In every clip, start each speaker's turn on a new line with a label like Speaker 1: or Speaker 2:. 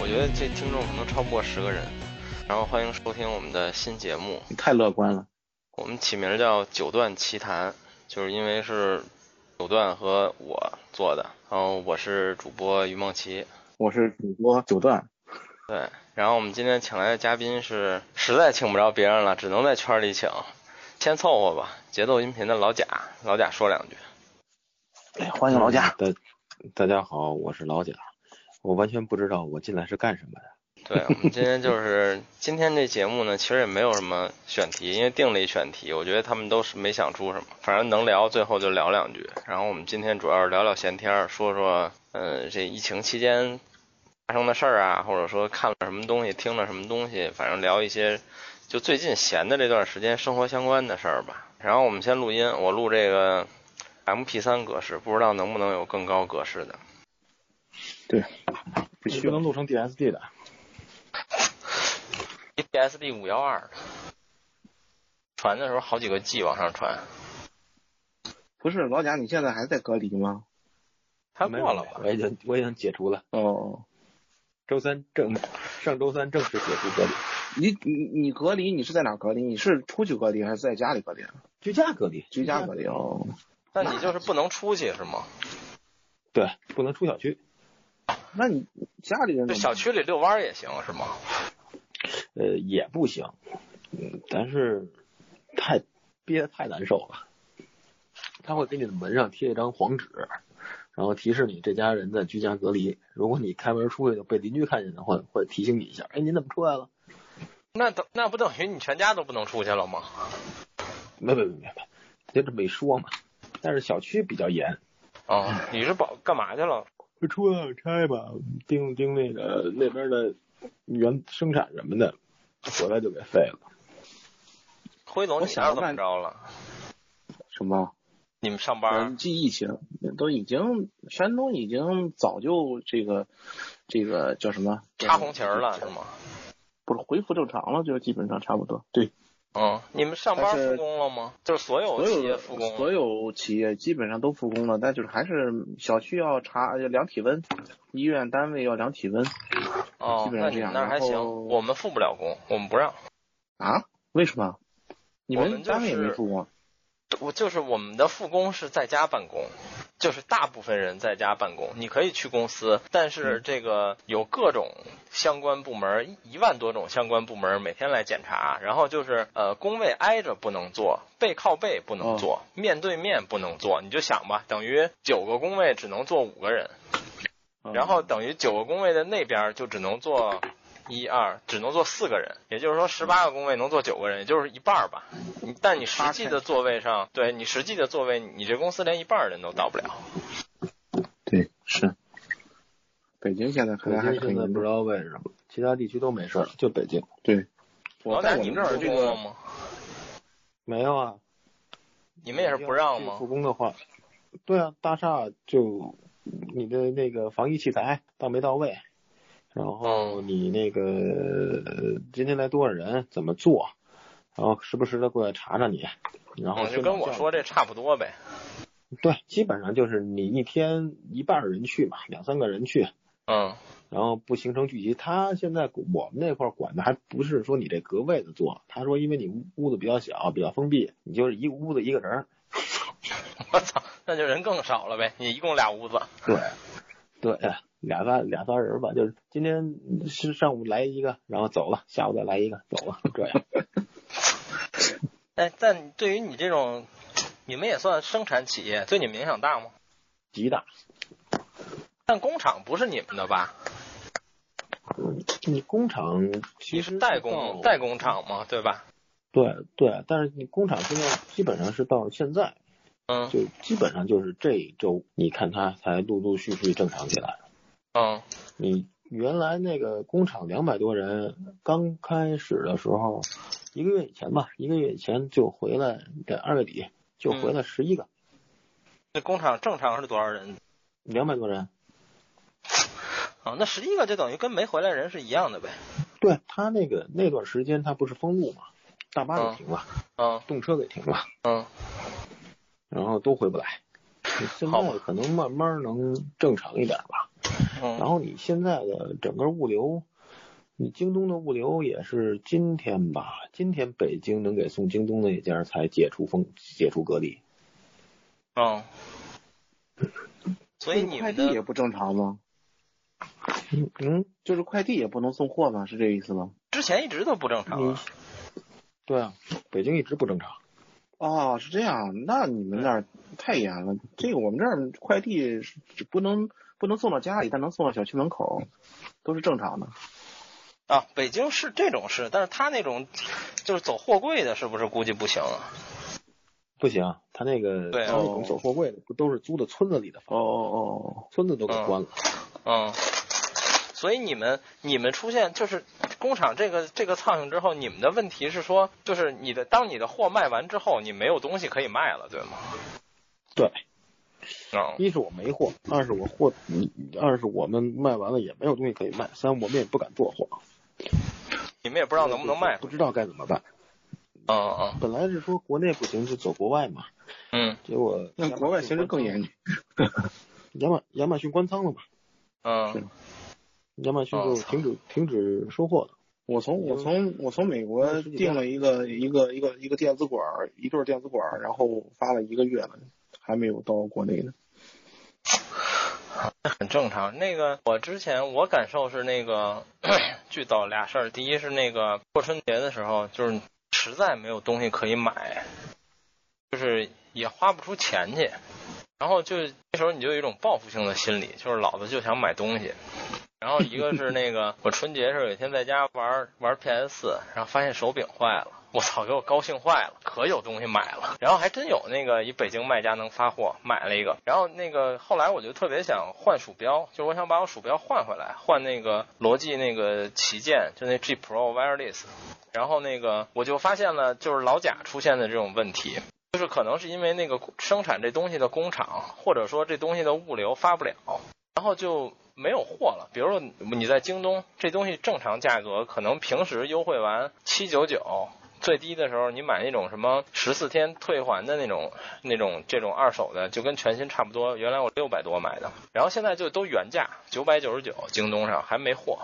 Speaker 1: 觉得这听众可能超不过十个人。然后欢迎收听我们的新节目，
Speaker 2: 你太乐观了。
Speaker 1: 我们起名叫《九段奇谈》，就是因为是九段和我做的。然后我是主播于梦琪，
Speaker 2: 我是主播九段，
Speaker 1: 对。然后我们今天请来的嘉宾是实在请不着别人了，只能在圈里请，先凑合吧。节奏音频的老贾，老贾说两句。
Speaker 2: 哎，欢迎老贾。
Speaker 3: 大嗯大家好，我是老贾，我完全不知道我进来是干什么的。
Speaker 1: 对，我们今天就是今天这节目呢，其实也没有什么选题，因为定了一选题，我觉得他们都是没想出什么，反正能聊，最后就聊两句。然后我们今天主要是聊聊闲天儿，说说呃这疫情期间发生的事儿啊，或者说看了什么东西，听了什么东西，反正聊一些就最近闲的这段时间生活相关的事儿吧。然后我们先录音，我录这个 MP3 格式，不知道能不能有更高格式的。
Speaker 2: 对，不能录成 DSD 的。
Speaker 1: ETSD 五幺二，传的时候好几个 G 往上传，
Speaker 2: 不是老贾，你现在还在隔离吗？
Speaker 1: 他
Speaker 3: 没
Speaker 1: 过
Speaker 3: 有
Speaker 1: 了吧？
Speaker 3: 我已经我已经解除了，
Speaker 2: 哦，
Speaker 3: 周三正上周三正式解除隔离，
Speaker 2: 你你你隔离，你是在哪隔离？你是出去隔离还是在家里隔离？啊
Speaker 3: 居家隔离，
Speaker 2: 居家隔离哦。
Speaker 1: 那你就是不能出去是吗？
Speaker 3: 对，不能出小区。
Speaker 2: 那你家里人
Speaker 1: 就
Speaker 2: 怎么
Speaker 1: 小区里遛弯儿也行是吗？
Speaker 3: 呃，也不行，嗯，但是太憋得太难受了。他会给你的门上贴一张黄纸，然后提示你这家人在居家隔离。如果你开门出去被邻居看见的话，会提醒你一下，哎，您怎么出来了？
Speaker 1: 那等那不等于你全家都不能出去了吗？
Speaker 3: 没没没没没，就这么一说嘛。但是小区比较严，
Speaker 1: 哦，你是保干嘛去了？
Speaker 3: 就出趟差吧，盯盯那个那边的原生产什么的，回来就给废了。
Speaker 1: 辉总，
Speaker 2: 我
Speaker 1: 你
Speaker 2: 想
Speaker 1: 那儿怎么
Speaker 2: 问
Speaker 1: 着了？
Speaker 2: 什么？
Speaker 1: 你们上班儿
Speaker 2: 嗯，记疫情都已经，山东已经早就这个这个叫什么？
Speaker 1: 插红旗儿了是吗？
Speaker 2: 不是恢复正常了，就是基本上差不多。对，
Speaker 1: 嗯，你们上班儿
Speaker 2: 但是
Speaker 1: 复工了吗？就是所有
Speaker 2: 所
Speaker 1: 企
Speaker 2: 有
Speaker 1: 业
Speaker 2: 的
Speaker 1: 复工了，
Speaker 2: 所有企业基本上都复工了，但就是还是小区要查要量体温，医院单位要量体温
Speaker 1: 哦
Speaker 2: 基，本
Speaker 1: 那
Speaker 2: 上这
Speaker 1: 你们
Speaker 2: 样
Speaker 1: 那儿还行
Speaker 2: 然后，
Speaker 1: 我们复不了工，我们不让。
Speaker 2: 啊？为什么？你
Speaker 1: 我们
Speaker 2: 们
Speaker 1: 就是
Speaker 2: 单位也没复工？啊
Speaker 1: 我就是我们的复工是在家办公，就是大部分人在家办公。你可以去公司，但是这个有各种相关部门，一万多种相关部门每天来检查。然后就是呃，工位挨着不能坐，背靠背不能坐，面对面不能坐。你就想吧，等于九个工位只能坐五个人，
Speaker 2: 嗯
Speaker 1: 然后等于九个工位的那边儿就只能坐一二，只能坐四个人，也就是说十八个工位能坐九个人，也就是一半儿吧。你但你实际的座位上，对你实际的座位，你这公司连一半儿人都到不了。
Speaker 2: 对是。北京现在看
Speaker 3: 北
Speaker 2: 来还
Speaker 3: 京
Speaker 2: 是很
Speaker 3: 现在
Speaker 2: 严
Speaker 3: 不知
Speaker 2: 重。
Speaker 3: 道为什么，其他地区都没事儿，就北京
Speaker 2: 对，
Speaker 1: 老
Speaker 2: 我
Speaker 1: 贾，
Speaker 2: 在我
Speaker 1: 你
Speaker 2: 们
Speaker 1: 们
Speaker 2: 这儿这
Speaker 1: 复工了
Speaker 2: 个
Speaker 1: 吗？
Speaker 3: 没有啊。
Speaker 1: 你们也是不让
Speaker 3: 要
Speaker 1: 吗
Speaker 3: 去？复工的话，对啊，大厦就你的那个防疫器材到没到位，然后
Speaker 1: 嗯
Speaker 3: 你那个呃今天来多少人，怎么做，然后时不时的过来查查你，然后
Speaker 1: 嗯，就跟我说这差不多呗。
Speaker 3: 对，基本上就是你一天一半儿人去嘛，两三个人去，
Speaker 1: 嗯，
Speaker 3: 然后不形成聚集。他现在我们那块儿管的还不是说你这隔位子坐，他说因为你屋屋子比较小，比较封闭，你就是一屋子一个人儿。
Speaker 1: 我操，那就人更少了呗。你一共俩屋子，
Speaker 3: 对，对，俩仨俩仨人吧，就是今天是上午来一个，然后走了，下午再来一个，走了，这样。
Speaker 1: 哎，但对于你这种，你们也算生产企业，对你们影响大吗？
Speaker 3: 极大，
Speaker 1: 但工厂不是你们的吧？
Speaker 3: 你工厂其
Speaker 1: 你是
Speaker 3: 实
Speaker 1: 代工
Speaker 3: 代
Speaker 1: 代工厂嘛，对吧？
Speaker 3: 对对，但是你工厂现在基本上是到现在，
Speaker 1: 嗯
Speaker 3: 就基本上就是这一周，你看它才陆陆续续正常起来。
Speaker 1: 嗯
Speaker 3: 你原来那个工厂两百多人，刚开始的时候，一个月以前吧，一个月以前就回来，这二月底就回来十一个，
Speaker 1: 这工厂正常是多少人
Speaker 3: 两百多人。
Speaker 1: 啊？那十一个就等于跟没回来人是一样的呗。
Speaker 3: 对他那个那段时间，他不是封路嘛，大巴给停了，
Speaker 1: 嗯
Speaker 3: 动车给停了，
Speaker 1: 嗯，
Speaker 3: 然后都回不来。现
Speaker 1: 好吧
Speaker 3: 在可能慢慢能正常一点吧，
Speaker 1: 嗯
Speaker 3: 然后你现在的整个物流，你京东的物流也是今天吧？今天北京能给送京东那家才解除封解除隔离，
Speaker 1: 嗯，所以你
Speaker 2: 快
Speaker 1: 们
Speaker 2: 递也
Speaker 1: 的
Speaker 2: 不正常吗？
Speaker 3: 嗯嗯，
Speaker 2: 就是快递也不能送货吗？是这意思吗？
Speaker 1: 之前一直都不正常
Speaker 3: 嗯
Speaker 1: 啊。
Speaker 3: 对啊，北京一直不正常。
Speaker 2: 哦，是这样，那你们那儿太严了。这个我们这儿快递是只不能不能送到家里，但能送到小区门口，都是正常的。
Speaker 1: 啊，北京是这种事，但是他那种就是走货柜的，是不是估计不行啊？
Speaker 3: 不行，他那个
Speaker 1: 对哦
Speaker 3: 他那种走货柜的，不都是租的村子里的房，
Speaker 2: 哦哦
Speaker 3: 村子都给关了。
Speaker 1: 嗯，所以你们你们出现就是工厂这个这个苍蝇之后，你们的问题是说，就是你的当你的货卖完之后，你没有东西可以卖了，对吗？
Speaker 3: 对，
Speaker 1: 嗯
Speaker 3: 一是我没货，二是我货，嗯二是我们卖完了也没有东西可以卖，三我们也不敢做货，
Speaker 1: 你们也不知道能不能卖。
Speaker 3: 不知道该怎么办。
Speaker 1: 嗯嗯
Speaker 3: 本来是说国内不行就走国外嘛，
Speaker 1: 嗯
Speaker 3: 结果
Speaker 2: 那国外形势更严，
Speaker 3: 亚马亚马逊关仓了嘛，
Speaker 1: 嗯
Speaker 3: 亚马逊
Speaker 1: 哦
Speaker 3: 就
Speaker 1: 操
Speaker 3: 停止停止收货了。
Speaker 2: 我从我从我从美国订了一个一个一个一个电子管儿，一对儿电子管儿，然后发了一个月了，还没有到国内呢。
Speaker 1: 很正常。那个我之前我感受是那个 巨到俩事儿，第一是那个过春节的时候，就是实在没有东西可以买，就是也花不出钱去，然后就那时候你就有一种报复性的心理，就是老子就想买东西。然后一个是那个我春节的时候有一天在家玩玩 PS 四，然后发现手柄坏了。我操！给我高兴坏了，可有东西买了。然后还真有那个一北京卖家能发货，买了一个。然后那个后来我就特别想换鼠标，就是我想把我鼠标换回来，换那个罗技那个旗舰，就那 G Pro Wireless。然后那个我就发现了，就是老贾出现的这种问题，就是可能是因为那个生产这东西的工厂，或者说这东西的物流发不了，然后就没有货了。比如说你在京东，这东西正常价格可能平时优惠完七九九。最低的时候，你买那种什么十四天退还的那种、那种、这种二手的，就跟全新差不多。原来我六百多买的，然后现在就都原价九百九十九，京东上还没货。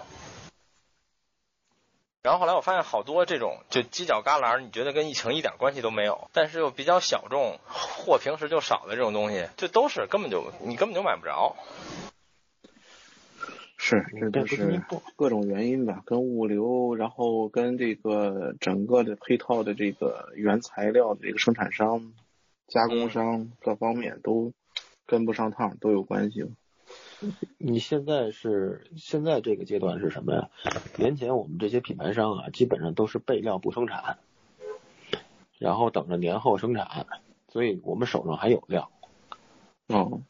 Speaker 1: 然后后来我发现好多这种就犄角旮旯儿，你觉得跟疫情一点关系都没有，但是又比较小众，货平时就少的这种东西，就都是根本就你根本就买不着。
Speaker 2: 是，这
Speaker 3: 但
Speaker 2: 都
Speaker 3: 是今天
Speaker 2: 是
Speaker 3: 不
Speaker 2: 各种原因吧，跟物流，然后跟这个整个的配套的这个原材料的这个生产商、加工商各方面都跟不上趟，都有关系。
Speaker 3: 你现在是现在这个阶段是什么呀？年前我们这些品牌商啊，基本上都是备料不生产，然后等着年后生产，所以我们手上还有料。
Speaker 2: 哦，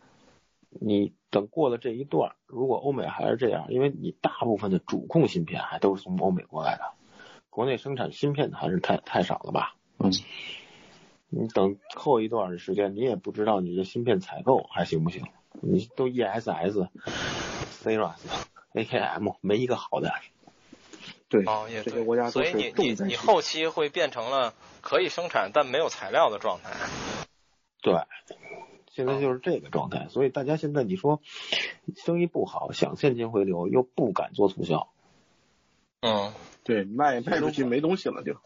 Speaker 3: 你等过了这一段儿，如果欧美还是这样，因为你大部分的主控芯片还都是从欧美过来的，国内生产芯片的还是太太少了吧？
Speaker 2: 嗯，
Speaker 3: 你等后一段时间，你也不知道你这芯片采购还行不行？你都 E ESS、Cirrus、AKM 没一个好的。
Speaker 2: 对，
Speaker 1: 哦，也
Speaker 2: 这
Speaker 1: 对，
Speaker 2: 些国家都
Speaker 1: 所以
Speaker 2: 是
Speaker 1: 你
Speaker 2: 重
Speaker 1: 你
Speaker 2: 灾
Speaker 1: 你
Speaker 2: 区。
Speaker 1: 后期会变成了可以生产但没有材料的状态。
Speaker 3: 对，现在就是这个状态，所以大家现在你说生意不好，想现金回流又不敢做促销，
Speaker 1: 嗯
Speaker 2: 对，卖卖出去没东西了就。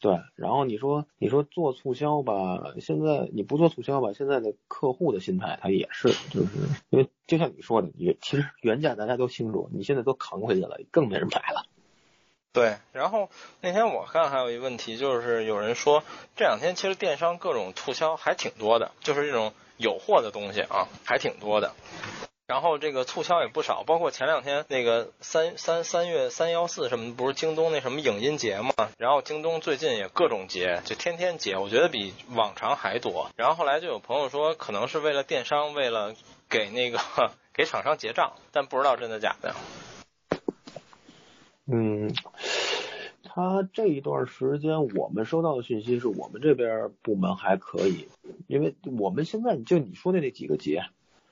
Speaker 3: 对，然后你说你说做促销吧，现在你不做促销吧，现在的客户的心态他也是，就是因为就像你说的，你其实原价大家都清楚，你现在都扛回去了，更没人买了。
Speaker 1: 对，然后那天我看还有一问题，就是有人说这两天其实电商各种促销还挺多的，就是这种有货的东西啊，还挺多的。然后这个促销也不少，包括前两天那个三三三月三幺四什么，不是京东那什么影音节嘛？然后京东最近也各种节，就天天节，我觉得比往常还多。然后后来就有朋友说，可能是为了电商，为了给那个 给厂商结账，但不知道真的假的。
Speaker 3: 嗯，他这一段时间我们收到的讯息是我们这边部门还可以，因为我们现在就你说的那几个节，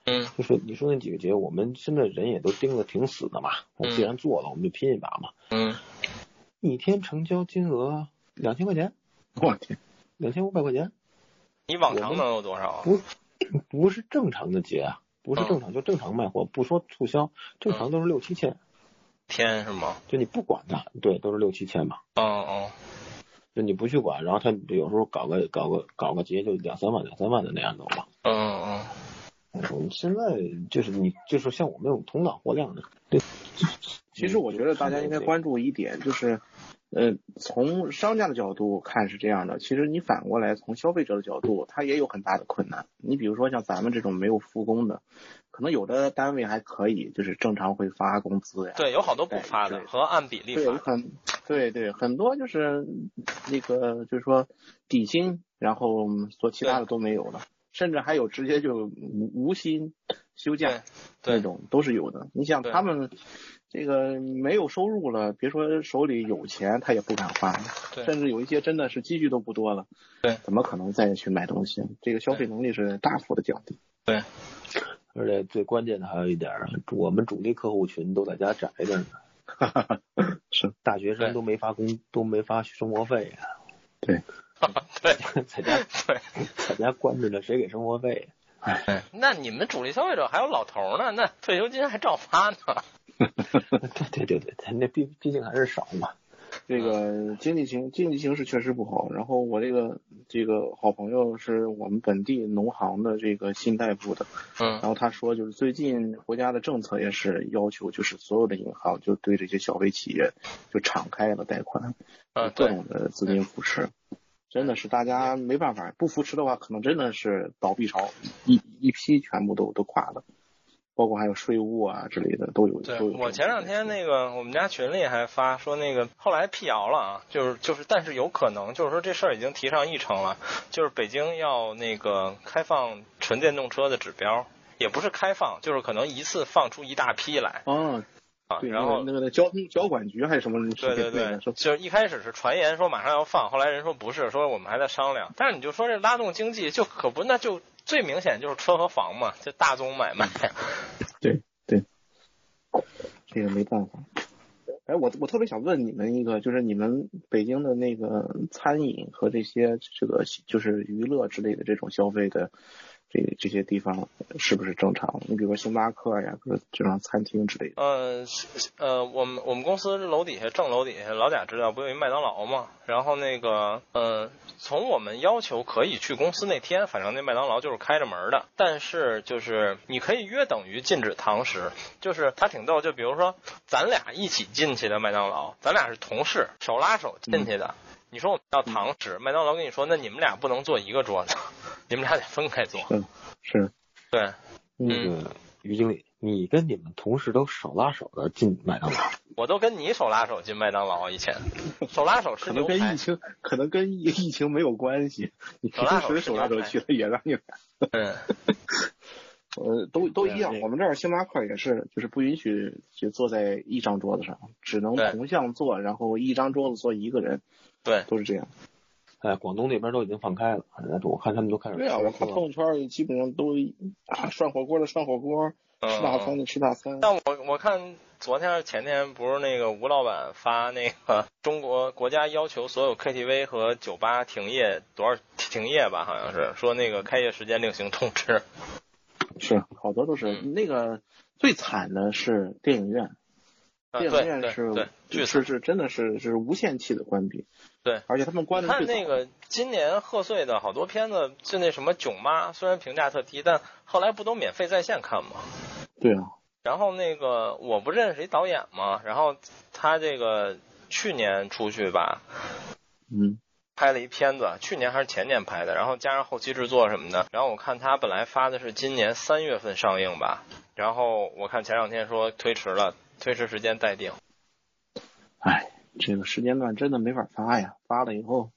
Speaker 1: 嗯
Speaker 3: 就是你说那几个节，我们现在人也都盯得挺死的嘛，那既然做了，我们就拼一把嘛，
Speaker 1: 嗯，
Speaker 3: 一天成交金额两千块钱。
Speaker 2: 我天，
Speaker 3: 两千五百块钱，
Speaker 1: 你往常能有多少啊？
Speaker 3: 不不是正常的节啊，不是正常就正常卖货，不说促销，正
Speaker 2: 嗯
Speaker 3: 常都是六七千，
Speaker 1: 天是吗？
Speaker 3: 就你不管它，对，都是六七千嘛，
Speaker 1: 嗯嗯，
Speaker 3: 就你不去管，然后他有时候搞个搞个搞个节就两三万两三万的那样走嘛。
Speaker 1: 嗯嗯
Speaker 3: 我们现在就是你就是像我们这种同档货量的，对，
Speaker 2: 其实我觉得大家应该关注一点，就是，呃，从商家的角度看是这样的，其实你反过来从消费者的角度，他也有很大的困难。你比如说像咱们这种没有复工的，可能有的单位还可以，就是正常会发工资呀。
Speaker 1: 对，有好多不发的
Speaker 2: 对
Speaker 1: 和按比例
Speaker 2: 对，
Speaker 1: 发，
Speaker 2: 很对对，很多就是那个就是说底薪，然后所其他的都没有了，甚至还有直接就无无薪休假那
Speaker 1: 对
Speaker 2: 种都是有的。你想
Speaker 1: 对
Speaker 2: 他们这个没有收入了，别说手里有钱，他也不敢花，
Speaker 1: 对
Speaker 2: 甚至有一些真的是积蓄都不多了，
Speaker 1: 对，
Speaker 2: 怎么可能再去买东西？这个消费能力是大幅的降低。
Speaker 3: 而且最关键的还有一点啊，我们主力客户群都在家宅着呢，
Speaker 2: 是，
Speaker 3: 大学
Speaker 1: 对
Speaker 3: 生都没发工都没发生活费呀、
Speaker 1: 对
Speaker 3: 在家
Speaker 1: 对。
Speaker 3: 在家关着呢，谁给生活费啊呀、
Speaker 1: 那你们主力消费者还有老头儿呢，那退休金还照发呢。
Speaker 3: 对对对对，那毕毕竟还是少嘛。
Speaker 2: 这个经济形经济形势确实不好。然后我这个这个好朋友是我们本地农行的这个信贷部的，
Speaker 1: 嗯
Speaker 2: 然，后他说就是最近国家的政策也是要求，就是所有的银行就对这些小微企业就敞开了贷款，
Speaker 1: 嗯，
Speaker 2: 各
Speaker 1: 对
Speaker 2: 种的资金扶持。真的是大家没办法，不扶持的话，可能真的是倒闭潮，一一批全部都都垮了，包括还有税务啊之类的都有。
Speaker 1: 对
Speaker 2: 都有，
Speaker 1: 我前两天那个我们家群里还发说那个后来辟谣了啊，就是就是，但是有可能就是说这事儿已经提上议程了，就是北京要那个开放纯电动车的指标，也不是开放，就是可能一次放出一大批来
Speaker 2: 啊，
Speaker 1: 啊，
Speaker 2: 对，
Speaker 1: 然后
Speaker 2: 那个那个交通交管局嗯还是什么人去
Speaker 1: 对对
Speaker 2: 给那
Speaker 1: 对
Speaker 2: 个说，
Speaker 1: 就是一开始是传言说马上要放，后来人说不是，说我们还在商量。但是你就说这拉动经济，就可不，那就最明显就是车和房嘛，这大宗买卖。
Speaker 2: 这个没办法。哎，我我特别想问你们一个，就是你们北京的那个餐饮和这些这个就是娱乐之类的这种消费的这这些地方是不是正常？你比如说星巴克呀，比如说这种餐厅之类的。
Speaker 1: 呃是呃，我们我们公司楼底下正楼底下老贾知道不有一麦当劳吗？然后那个呃，从我们要求可以去公司那天，反正那麦当劳就是开着门的，但是就是你可以约等于禁止堂食，就是他挺逗，就比如说咱俩一起进去的麦当劳，咱俩是同事，手拉手进去的。你说我们要堂食，麦当劳跟你说，那你们俩不能坐一个桌子， 你们俩得分开坐。
Speaker 2: 是，
Speaker 1: 对，
Speaker 3: 那
Speaker 2: 嗯
Speaker 3: 个嗯于经理，你跟你们同事都手拉手的进麦当劳，
Speaker 1: 我都跟你手拉手进麦当劳，以 前手拉手吃
Speaker 2: 可
Speaker 1: 牛
Speaker 2: 能
Speaker 1: 排
Speaker 2: 跟。疫情可能跟疫疫情没有关系。你
Speaker 1: 手
Speaker 2: 平
Speaker 1: 拉手
Speaker 2: 时手拉手去的也让你
Speaker 1: 嗯，
Speaker 2: 呃都都一样
Speaker 3: 对。
Speaker 2: 我们这儿星巴克也是，就是不允许就坐在一张桌子上，只能
Speaker 1: 对
Speaker 2: 同向坐，然后一张桌子坐一个人，
Speaker 1: 对，
Speaker 2: 都是这样。哎
Speaker 3: 哎，广东那边都已经放开了，我看他们都开始
Speaker 2: 对啊，
Speaker 3: 吃
Speaker 2: 我看
Speaker 3: 了
Speaker 2: 朋友圈儿基本上都啊涮火锅的涮火锅，
Speaker 1: 嗯
Speaker 2: 吃大餐的吃大餐。
Speaker 1: 但我我看昨天还是前天，不是那个吴老板发那个 中国国家要求所有 KTV 和酒吧停业多少停业吧，好像是说那个开业时间另行通知。
Speaker 2: 是好多都是
Speaker 1: 嗯
Speaker 2: 那个最惨的是电影院，
Speaker 1: 啊，
Speaker 2: 电
Speaker 1: 对
Speaker 2: 影院
Speaker 1: 对
Speaker 2: 是
Speaker 1: 对，
Speaker 2: 是
Speaker 1: 巨
Speaker 2: 是
Speaker 1: 惨。
Speaker 2: 是真的是是无限期的关闭。
Speaker 1: 对，
Speaker 2: 而且他们关的
Speaker 1: 看
Speaker 2: 最
Speaker 1: 那
Speaker 2: 早。
Speaker 1: 个今年贺岁的好多片子，就那什么《囧妈》，虽然评价特低，但后来不都免费在线看吗？
Speaker 2: 对啊，
Speaker 1: 然后那个我不认识一导演嘛，然后他这个去年出去吧，
Speaker 2: 嗯，
Speaker 1: 拍了一片子，去年还是前年拍的，然后加上后期制作什么的。然后我看他本来发的是今年三月份上映吧，然后我看前两天说推迟了，推迟时间待定。
Speaker 2: 哎，这个时间段真的没法发呀，发了以后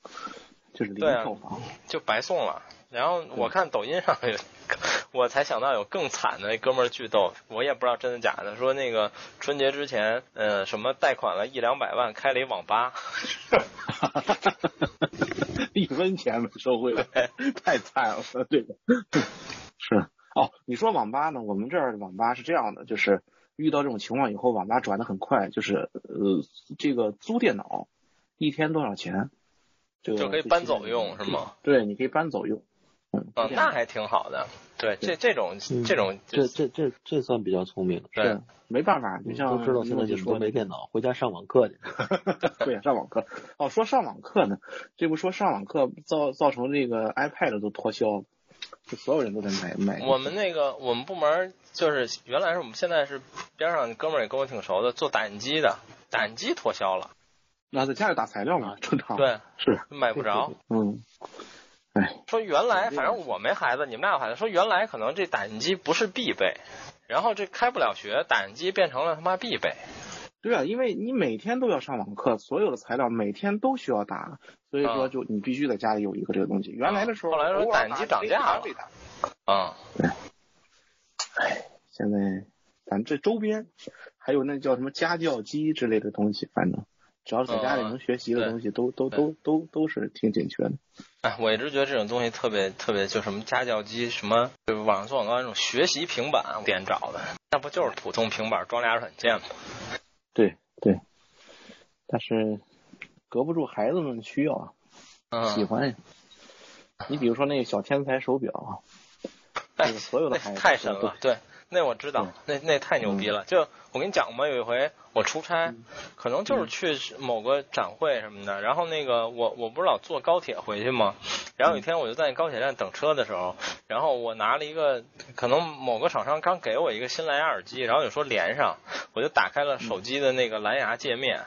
Speaker 2: 就是零
Speaker 1: 对啊
Speaker 2: 票房。
Speaker 1: 就白送了。然后我看抖音上有， 我才想到有更惨的，哥们儿巨逗，我也不知道真的假的，说那个春节之前，呃，什么贷款了一两百万开了一网吧，
Speaker 2: 一分钱没收回来，太惨了，这个 是哦。你说网吧呢？我们这儿的网吧是这样的，就是遇到这种情况以后，网吧转的很快，就是呃，这个租电脑一天多少钱，这个
Speaker 1: 就可以搬走用是吗？
Speaker 2: 对，你可以搬走用。
Speaker 1: 嗯，那还挺好的。对，这这种
Speaker 3: 嗯
Speaker 1: 这种
Speaker 3: 这这这这算比较聪明。
Speaker 1: 对
Speaker 2: 是没办法，就像
Speaker 3: 嗯都知道现在
Speaker 2: 你
Speaker 3: 你们都
Speaker 2: 说的嗯
Speaker 3: 没电脑，回家上网课去。
Speaker 2: 对，上网课。哦，说上网课呢，这不说上网课造造成这个 iPad 都脱销了，就所有人都在买买。
Speaker 1: 我们那个我们部门就是原来是我们现在是边上哥们儿也跟我挺熟的，做打印机的，打印机脱销了，
Speaker 2: 那在家里打材料嘛，正常。，
Speaker 1: 对，
Speaker 2: 是，
Speaker 1: 买不着。
Speaker 2: 嗯，
Speaker 1: 说原来反正我没孩子，你们俩有孩子，说原来可能这打印机不是必备，然后这开不了学，打印机变成了他妈必备。
Speaker 2: 对啊，因为你每天都要上网课，所有的材料每天都需要打，所以说
Speaker 1: 啊
Speaker 2: 就你必须在家里有一个这个东西。原来的时候，
Speaker 1: 后来说
Speaker 2: 偶
Speaker 1: 打
Speaker 2: 尔
Speaker 1: 印机
Speaker 2: 打
Speaker 1: 涨价了
Speaker 2: 一打
Speaker 1: 嗯，
Speaker 2: 现在咱这周边还有那叫什么家教机之类的东西，反正只要是在家里能学习的
Speaker 1: 嗯
Speaker 2: 东西，都都
Speaker 1: 对
Speaker 2: 都都都是挺紧缺的。
Speaker 1: 哎，我一直觉得这种东西特别特别，就什么家教机，什么就是网上做广告那种学习平板店找的，那不就是普通平板装俩软件吗？
Speaker 2: 对对，但是隔不住孩子们的需要啊，喜
Speaker 1: 嗯，
Speaker 2: 欢呀。你比如说那个小天才手表啊，
Speaker 1: 哎
Speaker 2: 这个所有的孩
Speaker 1: 那
Speaker 2: 子
Speaker 1: 太神了，对，那我知道，那那太牛逼
Speaker 2: 嗯
Speaker 1: 了。就我跟你讲嘛，有一回我出差，可能
Speaker 2: 嗯
Speaker 1: 就是去某个展会什么的，然后那个我我不是老坐高铁回去吗？然
Speaker 2: 嗯
Speaker 1: 后有一天我就在高铁站等车的时候，然后我拿了一个，可能某个厂商刚给我一个新蓝牙耳机，然后有说连上，我就打开了手机的那个蓝牙界面，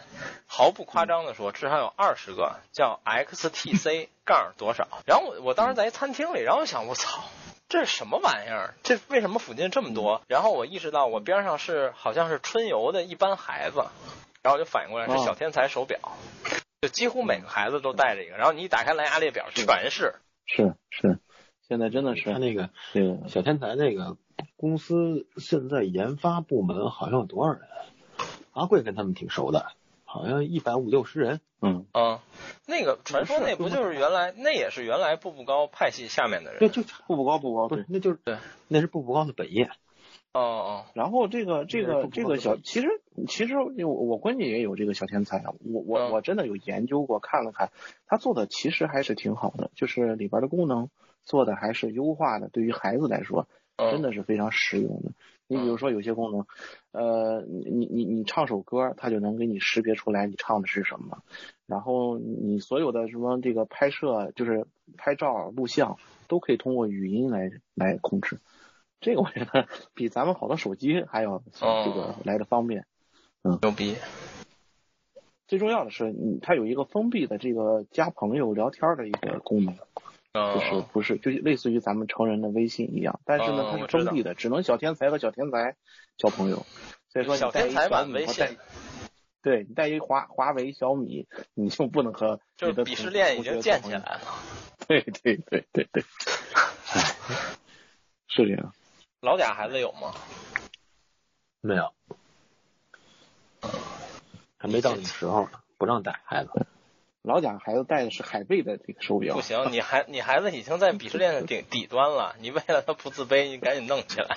Speaker 1: 毫不夸张的说，至少有二十个叫 XTC 杠多少。然后我我当时在一餐厅里，然后我想我操。这是什么玩意儿？这为什么附近这么多？然后我意识到我边上是好像是春游的一帮孩子，然后我就反应过来是
Speaker 2: 哦
Speaker 1: 小天才手表，就几乎每个孩子都带着一个。然后你一打开蓝牙列表，
Speaker 2: 是
Speaker 1: 全是。
Speaker 2: 是是，现在真的
Speaker 3: 他
Speaker 2: 是
Speaker 3: 那个
Speaker 2: 这个
Speaker 3: 小天才那个公司现在研发部门好像有多少人？阿贵跟他们挺熟的，好像一百五六十人。
Speaker 2: 嗯，
Speaker 1: 嗯，那个传说
Speaker 3: 不是
Speaker 1: 那不就是原来那也是原来步步高派系下面的
Speaker 3: 对，
Speaker 1: 人？
Speaker 3: 就
Speaker 2: 步步高步步
Speaker 3: 不
Speaker 2: 高
Speaker 3: 是
Speaker 2: 哦对。，
Speaker 3: 那就是
Speaker 1: 对，
Speaker 3: 那是步步高的本业。
Speaker 1: 哦哦，
Speaker 2: 然后这个这
Speaker 3: 那是
Speaker 2: 个
Speaker 3: 步步
Speaker 2: 这
Speaker 3: 高
Speaker 2: 个
Speaker 3: 的
Speaker 2: 小，
Speaker 3: 本
Speaker 2: 其实其实我我闺女也有这个小天才啊，我我
Speaker 1: 嗯
Speaker 2: 我真的有研究过看了看，她做的其实还是挺好的，就是里边的功能做的还是优化的，对于孩子来说，
Speaker 1: 嗯
Speaker 2: 真的是非常实用的。你比如说有些功能，呃，你你你你唱首歌，它就能给你识别出来你唱的是什么，然后你所有的什么这个拍摄，就是拍照、录像，都可以通过语音来来控制。这个我觉得 比咱们好多手机还要这个来的方便。
Speaker 1: 牛逼！
Speaker 2: 最重要的是，你它有一个封闭的这个加朋友聊天的一个功能，
Speaker 1: 嗯，
Speaker 2: 就是不是就类似于咱们成人的微信一样，但是呢
Speaker 1: 哦
Speaker 2: 它是
Speaker 1: 我知道
Speaker 2: 封闭的，只能小天才和小天才交朋友。所以说你
Speaker 1: 小
Speaker 2: 带
Speaker 1: 天
Speaker 2: 一
Speaker 1: 才
Speaker 2: 小
Speaker 1: 版
Speaker 2: 米
Speaker 1: 微
Speaker 2: 或
Speaker 1: 信
Speaker 2: 带对你带一华华为、小米，你就不能和
Speaker 1: 就是
Speaker 2: 你的
Speaker 1: 鄙
Speaker 2: 同
Speaker 1: 视链已
Speaker 2: 同
Speaker 1: 经
Speaker 2: 学
Speaker 1: 建起
Speaker 2: 交朋友
Speaker 1: 来了。
Speaker 2: 对对对对对，是这样。
Speaker 1: 老贾孩子有吗？
Speaker 3: 没有，还没到那个时候呢，不让带孩子。
Speaker 2: 老贾孩子戴的是海贝的这个手表
Speaker 1: 不，行，你孩你孩子已经在鄙视链的 顶底端了，你为了他不自卑，你赶紧弄起来。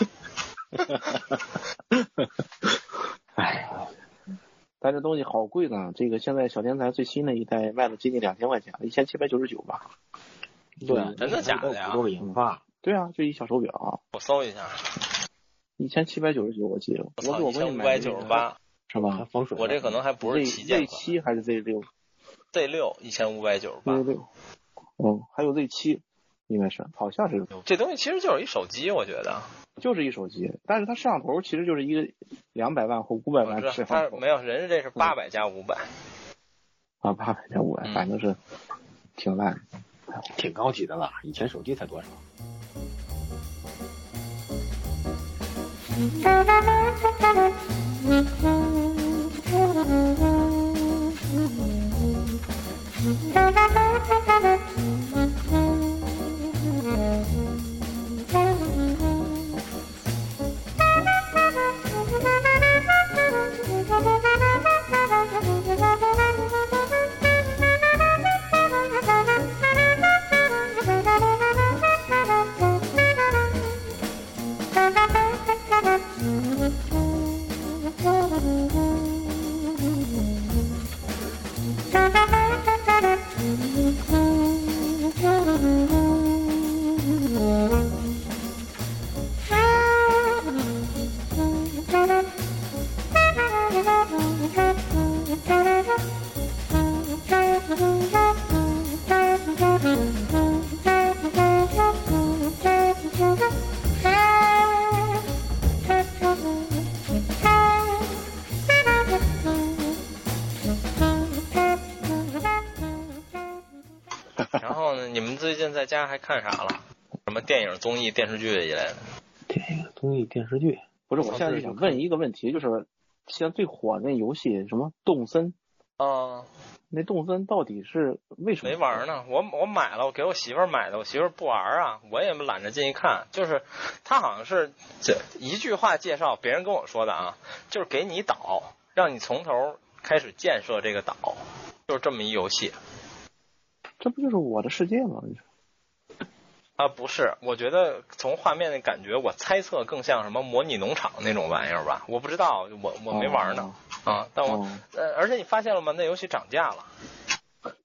Speaker 2: 哎，但这东西好贵呢。这个现在小天才最新的一代卖了接近两千块钱，一千七百九十九吧。
Speaker 3: 对啊，
Speaker 1: 真的假的呀
Speaker 3: 都是研发。
Speaker 2: 对啊，就一小手表，
Speaker 1: 我搜一下，
Speaker 2: 一千七百九十九，我记得。
Speaker 1: 我
Speaker 2: 我
Speaker 1: 操，
Speaker 2: 给
Speaker 1: 一
Speaker 2: 我闺
Speaker 1: 千
Speaker 2: 女
Speaker 1: 五
Speaker 2: 买
Speaker 1: 百
Speaker 2: 的那
Speaker 1: 九
Speaker 2: 个
Speaker 1: 十，八，
Speaker 2: 是
Speaker 3: 还
Speaker 2: 吧
Speaker 3: 防水。
Speaker 1: 我这可能还不是旗舰
Speaker 2: Z
Speaker 1: 款
Speaker 2: 七还是 Z 六
Speaker 1: ，Z 六一千五百九十
Speaker 2: ？Z
Speaker 1: 八。
Speaker 2: 六，嗯，还有 Z 七，应该是，好像是，
Speaker 1: 这东西其实就是一手机，我觉得，
Speaker 2: 就是一手机，但是它摄像头其实就是一个两百万或五百
Speaker 1: 我
Speaker 2: 万
Speaker 1: 知道
Speaker 2: 摄
Speaker 1: 它
Speaker 2: 像头
Speaker 1: 没有人家
Speaker 2: 嗯
Speaker 1: 这是八百加五 百，
Speaker 2: 啊，八百加五百，
Speaker 1: 嗯
Speaker 2: 反正是挺烂的。
Speaker 3: 挺高级的了，以前手机才多少？
Speaker 4: Thank you.
Speaker 1: 在家还看啥了？什么电影、综艺、电视剧一类的？
Speaker 3: 电影、综艺、电视剧，
Speaker 2: 不是，我现在就想问一个问题，就是现在最火那游戏什么动森，
Speaker 1: 啊，
Speaker 2: 那动森到底是为什么
Speaker 1: 没玩？呢。我我买了，我给我媳妇儿买的，我媳妇儿不玩啊，我也懒得进去看。就是他好像是这一句话介绍，别人跟我说的啊，就是给你岛，让你从头开始建设这个岛，就是这么一游戏。
Speaker 2: 这不就是我的世界吗？
Speaker 1: 啊，不是，我觉得从画面的感觉，我猜测更像什么模拟农场那种玩意儿吧，我不知道，我我没玩呢、啊。但我、
Speaker 2: 哦
Speaker 1: 呃，而且你发现了吗？那游戏涨价了。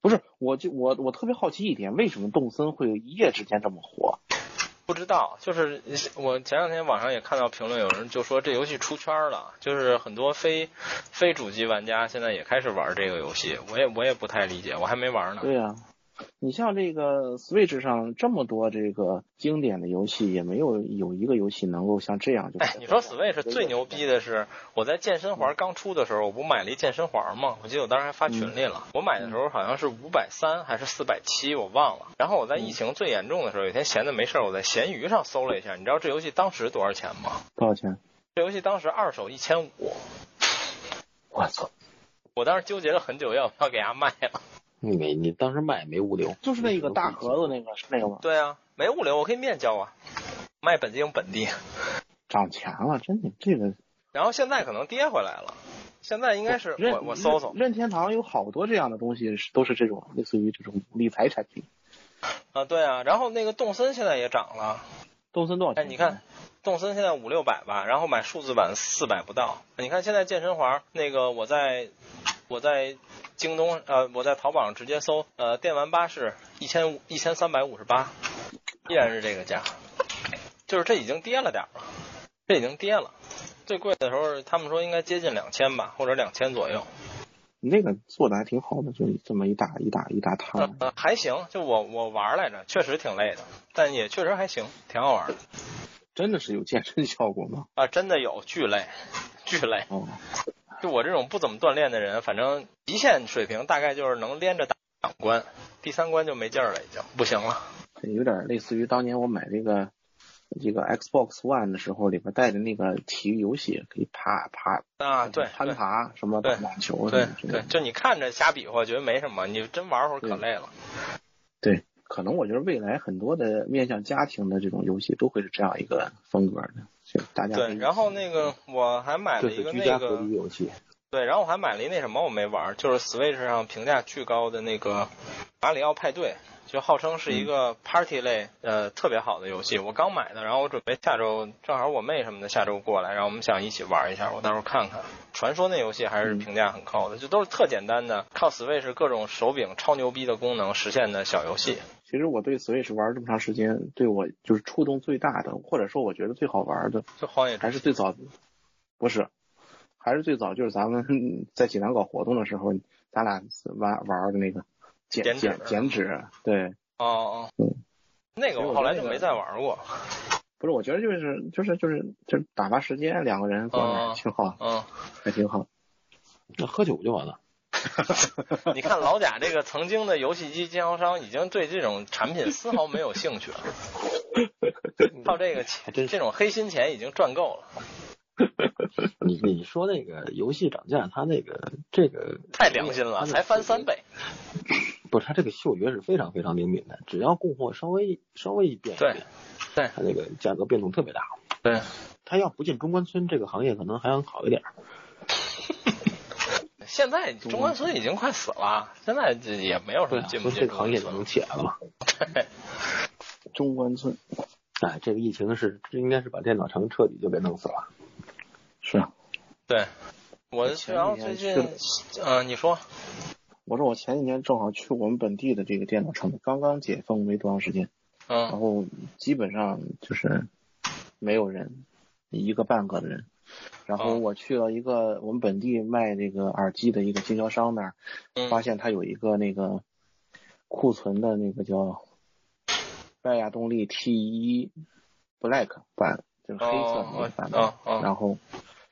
Speaker 2: 不是，我就我我特别好奇一点，为什么动森会一夜之间这么火？
Speaker 1: 不知道，就是我前两天网上也看到评论，有人就说这游戏出圈了，就是很多非非主机玩家现在也开始玩这个游戏，我也我也不太理解，我还没玩呢。
Speaker 2: 对呀、你像这个 Switch 上这么多这个经典的游戏，也没有有一个游戏能够像这样就。
Speaker 1: 哎，你说 Switch 最牛逼的是，我在健身环刚出的时候，我不买了一健身环吗？我记得我当时还发群里了。我买的时候好像是五百三还是四百七，我忘了。然后我在疫情最严重的时候，有一天闲的没事儿，我在闲鱼上搜了一下，你知道这游戏当时多少钱吗？
Speaker 2: 多少钱？
Speaker 1: 这游戏当时二手一千五，
Speaker 2: 我操！
Speaker 1: 我当时纠结了很久，要不要给它卖了。
Speaker 3: 你没你当时卖也没物流，
Speaker 2: 就是那个大盒子那个是那个吗？
Speaker 1: 对啊，没物流，我可以面交啊，卖本京本地。
Speaker 2: 涨钱了，真的这个。
Speaker 1: 然后现在可能跌回来了，现在应该是
Speaker 2: 任
Speaker 1: 我我搜搜
Speaker 2: 任任天堂有好多这样的东西是都是这种类似于这种理财产品。
Speaker 1: 啊，对啊，然后那个动森现在也涨了。
Speaker 2: 动森多少
Speaker 1: 哎，
Speaker 2: 钱？
Speaker 1: 你看，动森现在五六百吧，然后买数字版四百不到。你看现在健身环，那个我在我在京东呃，我在淘宝上直接搜呃电玩巴士一千一千三百五十八，依然是这个价，就是这已经跌了点儿了，这已经跌了。最贵的时候，他们说应该接近两千吧，或者两千左右。
Speaker 2: 你那个做的还挺好的，就这么一大一大一大摊。
Speaker 1: 呃，还行，就我我玩来着，确实挺累的，但也确实还行，挺好玩的
Speaker 2: 真的是有健身效果吗？
Speaker 1: 啊，真的有巨累，巨累。
Speaker 2: 哦，
Speaker 1: 就我这种不怎么锻炼的人，反正极限水平大概就是能连着打两关，第三关就没劲儿了，已经不行了。
Speaker 2: 这有点类似于当年我买这个这个 Xbox One 的时候，里边带的那个体育游戏，可以爬爬
Speaker 1: 啊，对，
Speaker 2: 攀爬什么打
Speaker 1: 对
Speaker 2: 网球啊
Speaker 1: 对
Speaker 2: 什么之
Speaker 1: 对
Speaker 2: 类
Speaker 1: 对，
Speaker 2: 的。
Speaker 1: 就你看着瞎比划，觉得没什么，你真玩会儿可累了。
Speaker 2: 对，可能我觉得未来很多的面向家庭的这种游戏都会是这样一个风格的，所以大家可
Speaker 1: 对，
Speaker 2: 以
Speaker 1: 然后那个我还买
Speaker 3: 就
Speaker 1: 了一
Speaker 3: 是
Speaker 1: 个
Speaker 3: 居
Speaker 1: 那
Speaker 3: 家隔
Speaker 1: 个
Speaker 3: 离，游戏。
Speaker 1: 对，然后我还买了一那什么，我没玩儿，就是 Switch 上评价巨高的那个《马里奥派对》，就号称是一个 party 类呃特别好的游戏。我刚买的，然后我准备下周正好我妹什么的下周过来，然后我们想一起玩一下，我到时候看看。传说那游戏还是评价很高的，就都是特简单的，靠 Switch 各种手柄超牛逼的功能实现的小游戏。
Speaker 2: 其实我对 Switch 玩这么长时间，对我就是触动最大的，或者说我觉得最好玩的，
Speaker 1: 就荒野之
Speaker 2: 还是最早，不是，还是最早就是咱们 在济南搞活动的时候，咱俩玩玩的那个
Speaker 1: 剪
Speaker 2: 剪
Speaker 1: 纸
Speaker 2: 剪剪纸，对，
Speaker 1: 哦哦，那个我后来就没再玩过。
Speaker 2: 不是，我觉得就是就是就是就是打发时间，两个人坐那
Speaker 1: 哦
Speaker 2: 儿挺好，
Speaker 1: 嗯，
Speaker 2: 还挺好。
Speaker 3: 那喝酒就完了。
Speaker 1: 你看老贾这个曾经的游戏机经销商，已经对这种产品丝毫没有兴 趣了。靠这个
Speaker 3: 还
Speaker 1: 钱，
Speaker 3: 真是
Speaker 1: 这种黑心钱已经赚够了，
Speaker 3: 你你说那个游戏涨价，它那个这个
Speaker 1: 太良心了，才翻三倍。
Speaker 3: 不是它这个嗅觉是非常非常灵敏的，只要供货稍微稍微一变一
Speaker 1: 对
Speaker 3: 变，
Speaker 1: 对
Speaker 3: 它那个价格变动特别大。
Speaker 1: 对，
Speaker 3: 它要不进中关村这个行业，可能还能好一点儿。
Speaker 1: 现在中关村已经快死了，现在这也没有什
Speaker 3: 对
Speaker 1: 么
Speaker 3: 啊，
Speaker 1: 进
Speaker 3: 所
Speaker 1: 不
Speaker 3: 以这
Speaker 1: 进
Speaker 3: 个行业
Speaker 1: 中
Speaker 3: 就
Speaker 1: 关村
Speaker 3: 能起来了嘛。
Speaker 2: 中关村
Speaker 3: 哎，这个疫情是这应该是把电脑城彻底就给弄死了。
Speaker 2: 是啊，
Speaker 1: 对，我
Speaker 2: 前
Speaker 1: 然后
Speaker 2: 几天
Speaker 1: 最
Speaker 2: 去了
Speaker 1: 近，嗯，你说
Speaker 2: 我说我前几年正好去我们本地的这个电脑城，刚刚解封没多长时间，然
Speaker 1: 嗯，
Speaker 2: 后基本上就是没有人，一个半个的人。然后
Speaker 1: 哦
Speaker 2: 我去了一个我们本地卖这个耳机的一个经销商那儿，
Speaker 1: 嗯
Speaker 2: 发现他有一个那个库存的那个叫拜亚动力 T 一 Black 版，就是黑色
Speaker 1: 哦
Speaker 2: 的那个
Speaker 1: 哦
Speaker 2: 版本。
Speaker 1: 哦哦，
Speaker 2: 然后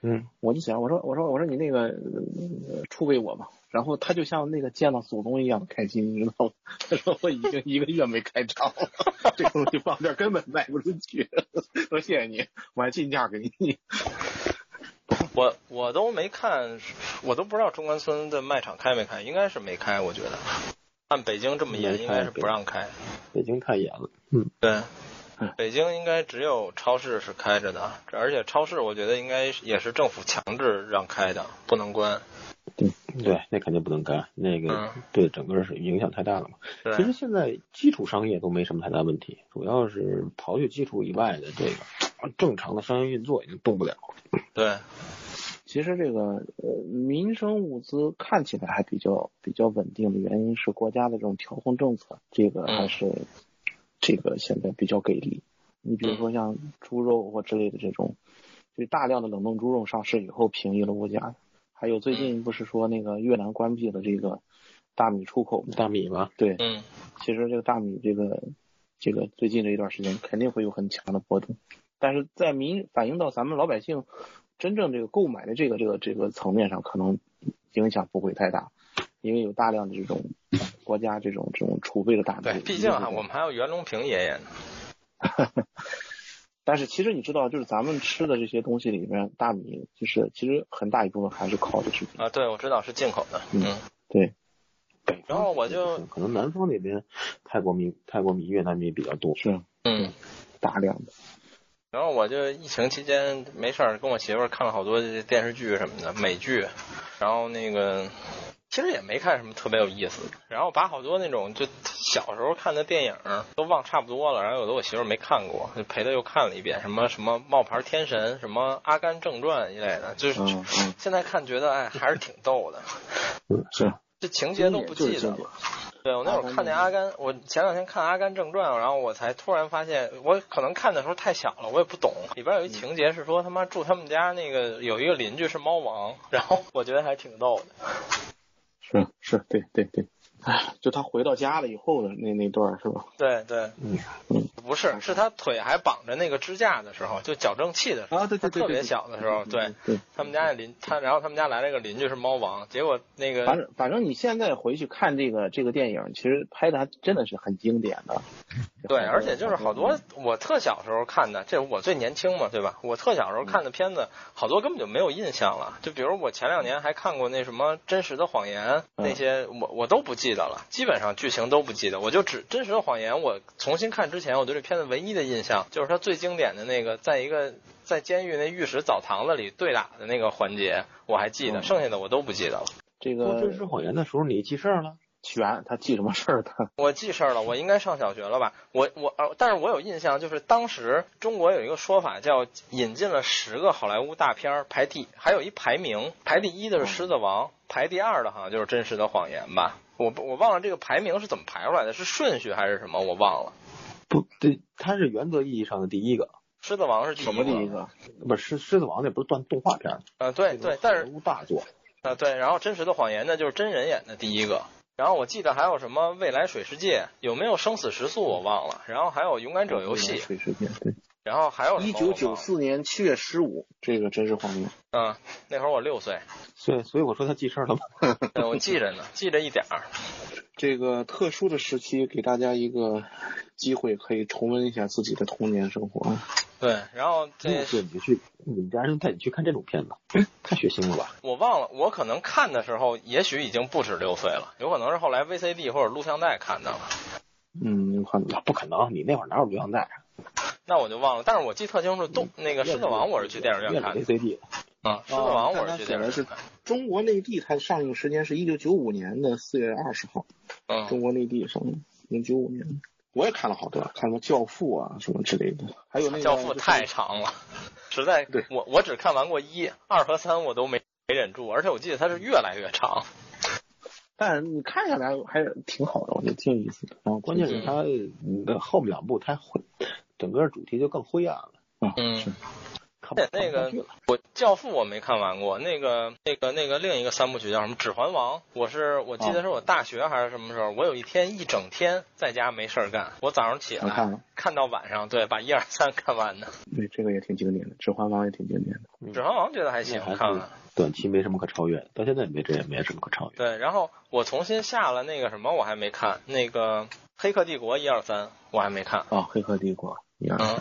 Speaker 3: 嗯，
Speaker 2: 我就想，我说我说我说你那个呃出给我吧，然后他就像那个见到祖宗一样开心，你知道吗？他说我已经一个月没开张了， 这个东西放这儿根本卖不出去。 说谢谢你，我还进价给你。
Speaker 1: 我我都没看，我都不知道中关村的卖场开没开，应该是没开，我觉得。按北京这么
Speaker 3: 没
Speaker 1: 严，
Speaker 3: 开
Speaker 1: 应该是不让开。
Speaker 3: 北京太严了。嗯，
Speaker 1: 对
Speaker 2: 嗯，
Speaker 1: 北京应该只有超市是开着的，而且超市我觉得应该也是政府强制让开的，不能关。
Speaker 3: 对，那肯定不能干，那个
Speaker 1: 嗯
Speaker 3: 对整个是影响太大了嘛。
Speaker 1: 对
Speaker 3: 其实现在基础商业都没什么太大问题，主要是刨去基础以外的这个正常的商业运作已经动不了了。
Speaker 1: 对，
Speaker 2: 其实这个呃民生物资看起来还比较比较稳定的原因是国家的这种调控政策，这个还是、这个现在比较给力。你比如说像猪肉或之类的这种，就大量的冷冻猪肉上市以后平抑了物价。还有最近不是说那个越南关闭了这个大米出口吗？
Speaker 3: 大米吧，
Speaker 2: 对，
Speaker 1: 嗯，
Speaker 2: 其实这个大米这个这个最近这一段时间肯定会有很强的波动，但是在民反映到咱们老百姓真正这个购买的这个这个这个层面上，可能影响不会太大，因为有大量的这种国家这种这种储备的大米。
Speaker 1: 对，毕竟啊，我们还有袁隆平爷爷呢。
Speaker 2: 但是其实你知道，就是咱们吃的这些东西里面，大米就是其实很大一部分还是靠的是
Speaker 1: 啊，对，我知道是进口的。
Speaker 2: 嗯
Speaker 1: 嗯，
Speaker 2: 对，
Speaker 3: 北
Speaker 1: 然后我就
Speaker 3: 可能南方那边泰国米、泰国米、越南米比较多。
Speaker 2: 是
Speaker 1: 嗯，
Speaker 2: 大量的。
Speaker 1: 然后我就疫情期间没事儿，跟我媳妇儿看了好多电视剧什么的，美剧，然后那个其实也没看什么特别有意思的，然后把好多那种就小时候看的电影儿都忘差不多了，然后有的我媳妇儿没看过，就陪她又看了一遍，什么什么冒牌天神，什么《阿甘正传》一类的，就是、
Speaker 2: 嗯嗯，
Speaker 1: 现在看觉得哎还是挺逗的，
Speaker 2: 是
Speaker 1: 这情节都不
Speaker 2: 嗯
Speaker 1: 记得了。对我那会儿
Speaker 2: 啊
Speaker 1: 看那《阿甘》，我前两天看《阿甘正传》，然后我才突然发现，我可能看的时候太小了，我也不懂。里
Speaker 2: 嗯
Speaker 1: 边有一情节是说他妈住他们家那个有一个邻居是猫王，然后我觉得还挺逗的。
Speaker 2: 是是，对对对。哎，就他回到家了以后的那那段儿是吧？
Speaker 1: 对对，
Speaker 3: 嗯，
Speaker 1: 不是，是他腿还绑着那个支架的时候，就矫正器的时候，
Speaker 2: 啊对
Speaker 1: 他
Speaker 2: 对对
Speaker 1: 特别
Speaker 2: 对对嗯
Speaker 1: 小的时候，对
Speaker 2: 对，
Speaker 1: 他们家那邻他，然后他们家来了一个邻居是猫王，结果那
Speaker 2: 反
Speaker 1: 个
Speaker 2: 正反正你现在回去看这个这个电影，其实拍的还真的是很经典的。
Speaker 1: 对，而且就是好多嗯我特小时候看的，这我最年轻嘛，对吧？我特小时候看的片子，好多根本就没有印象了。就比如我前两年还看过那什么《真实的谎言》
Speaker 2: 嗯
Speaker 1: 那些，我我都不记得了，基本上剧情都不记得。我就只《真实的谎言》，我重新看之前，我对这片子唯一的印象就是它最经典的那个，在一个在监狱那浴室澡堂子里对打的那个环节，我还记得，
Speaker 2: 嗯
Speaker 1: 剩下的我都不记得了。
Speaker 2: 这
Speaker 3: 说真实
Speaker 2: 个
Speaker 3: 谎言的时候，你记事儿了？
Speaker 2: 全他记什么事 儿他
Speaker 1: 我记事儿了，我应该上小学了吧？我我呃，但是我有印象，就是当时中国有一个说法叫引进了十个好莱坞大片儿排第，还有一排名，排第一的是《狮子王》，排第二的好像就是《真实的谎言》吧？我不我忘了这个排名是怎么排出来的，是顺序还是什么？我忘了。
Speaker 3: 不，对，它是原则意义上的第一个，
Speaker 1: 狮子王是第一
Speaker 2: 什么第一
Speaker 1: 个，
Speaker 2: 个？
Speaker 3: 不是《狮狮子王》那不是段动画片儿，
Speaker 1: 呃，对对，但是
Speaker 3: 好莱坞大作。
Speaker 1: 啊，对，然后《真实的谎言》呢，就是真人演的第一个。然后我记得还有什么《未来水世界》，有没有《生死时速》我忘了。然后还有《勇敢者游戏》，
Speaker 2: 水时间对，
Speaker 1: 然后还有什
Speaker 2: 一
Speaker 1: 么
Speaker 2: 九
Speaker 1: 我忘
Speaker 2: 九
Speaker 1: 了
Speaker 2: 四年七月十五，这个真实谎言。
Speaker 1: 嗯，那会儿我六岁，
Speaker 3: 所以，所以我说他记事儿了吗？
Speaker 1: 对我记着呢，记着一点儿。
Speaker 2: 这个特殊的时期，给大家一个机会，可以重温一下自己的童年生活。
Speaker 1: 对，嗯然后
Speaker 3: 六
Speaker 1: 这
Speaker 3: 岁你就去，你们家人带你去看这种片子，太血腥了吧？
Speaker 1: 我忘了，我可能看的时候，也许已经不止六岁了，有可能是后来 VCD 或者录像带看的了，
Speaker 2: 嗯，有可能
Speaker 3: 那不可能，你那会儿哪有录像带啊？
Speaker 1: 那我就忘了。但是我记特清楚，动那个《狮子王》我是去电影院看的
Speaker 3: VCD，
Speaker 1: 啊，《狮子王》我
Speaker 2: 哦但它
Speaker 1: 是去电影
Speaker 2: 写的是
Speaker 1: 院看的。
Speaker 2: 中国内地它上映时间是一九九五年的四月二十号。中
Speaker 1: 嗯，
Speaker 2: 国内地上映，零九五年。我也看了好多，看什么《教父》啊什么之类的，还有那个
Speaker 1: 哦嗯教父太长了，实在
Speaker 2: 对，
Speaker 1: 我我只看完过一、二和三，我都没没忍住，而且我记得它是越来越长。
Speaker 2: 但你看下来还是挺好的，我觉得挺有意思的。然后
Speaker 3: 关键是
Speaker 1: 嗯
Speaker 3: 它的后面两部太灰，整个主题就更灰暗了，
Speaker 2: 啊，
Speaker 1: 嗯
Speaker 2: 是
Speaker 3: 看不
Speaker 1: 对那
Speaker 3: 看不下
Speaker 1: 个
Speaker 3: 去了。
Speaker 1: 我《教父》我没看完过，那个那个那个另一个三部曲叫什么《指环王》？我是我记
Speaker 3: 哦
Speaker 1: 得是我大学还是什么时候，我有一天一整天在家没事儿干，我早上起
Speaker 2: 我
Speaker 1: 来
Speaker 2: 看了，
Speaker 1: 看到晚上，对，把一二三看完的。
Speaker 2: 对这个也挺经典的，《指环王》也挺经典的。
Speaker 3: 嗯
Speaker 1: 指环王觉得还行
Speaker 3: 那，还
Speaker 1: 看
Speaker 3: 是
Speaker 1: 了。
Speaker 3: 短期没什么可超越的，到现在没这也没什么可超越的。
Speaker 1: 对，然后我重新下了那个什么，我还没看那个《黑客帝国》一二三，我还没看。
Speaker 2: 啊，《黑客帝国》一二
Speaker 1: 嗯，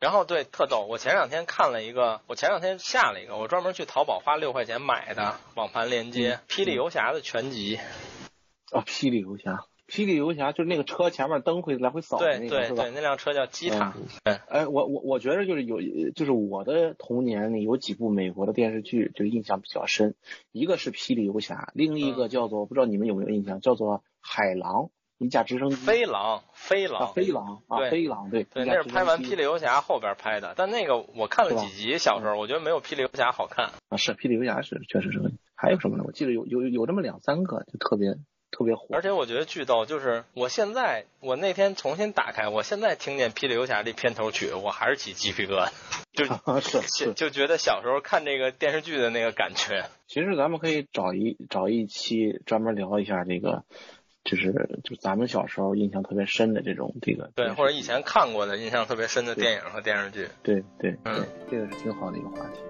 Speaker 1: 然后对，特逗。我前两天看了一个，我前两天下了一个，我专门去淘宝花六块钱买的
Speaker 2: 嗯
Speaker 1: 网盘链接，霹雳游侠》的全集。
Speaker 2: 啊，《霹雳游侠》，《霹雳游侠》就是那个车前面灯会来回扫的
Speaker 1: 对
Speaker 2: 嗯哦那个，
Speaker 1: 对
Speaker 2: 是吧
Speaker 1: 对，？那辆车叫基塔。
Speaker 2: 哎，我我我觉得就是有，就是我的童年里有几部美国的电视剧就印象比较深，一个是《霹雳游侠》，另一
Speaker 1: 嗯
Speaker 2: 个叫做、不知道你们有没有印象，叫做《海狼》，一架直升机。
Speaker 1: 飞狼，飞
Speaker 2: 嗯啊，
Speaker 1: 狼，
Speaker 2: 飞狼啊，
Speaker 1: 对
Speaker 2: 飞狼，对，
Speaker 1: 对，
Speaker 2: 一架
Speaker 1: 那是
Speaker 2: 直
Speaker 1: 拍
Speaker 2: 升
Speaker 1: 完《
Speaker 2: 机
Speaker 1: 霹雳游侠》后边拍的，但那个我看了
Speaker 2: 是吧
Speaker 1: 几集，小时候我觉得没有《霹雳游侠》好看。
Speaker 2: 啊，是《霹雳游侠》是确实是，还有什么呢？我记得有有有这么两三个就特别特别火，
Speaker 1: 而且我觉得巨逗，就是我现在我那天重新打开，我现在听见《霹雳游侠》这片头曲，我还是起鸡皮疙瘩，就
Speaker 2: 啊 是，
Speaker 1: 就是就觉得小时候看这个电视剧的那个感觉。
Speaker 2: 其实咱们可以找一找一期专门聊一下这个，就是就咱们小时候印象特别深的这种这个
Speaker 1: 对，
Speaker 2: 电视
Speaker 1: 或者以前看过的印象特别深的电影和电视剧。
Speaker 2: 对对对
Speaker 1: 嗯，
Speaker 2: 这个是挺好的一个话题。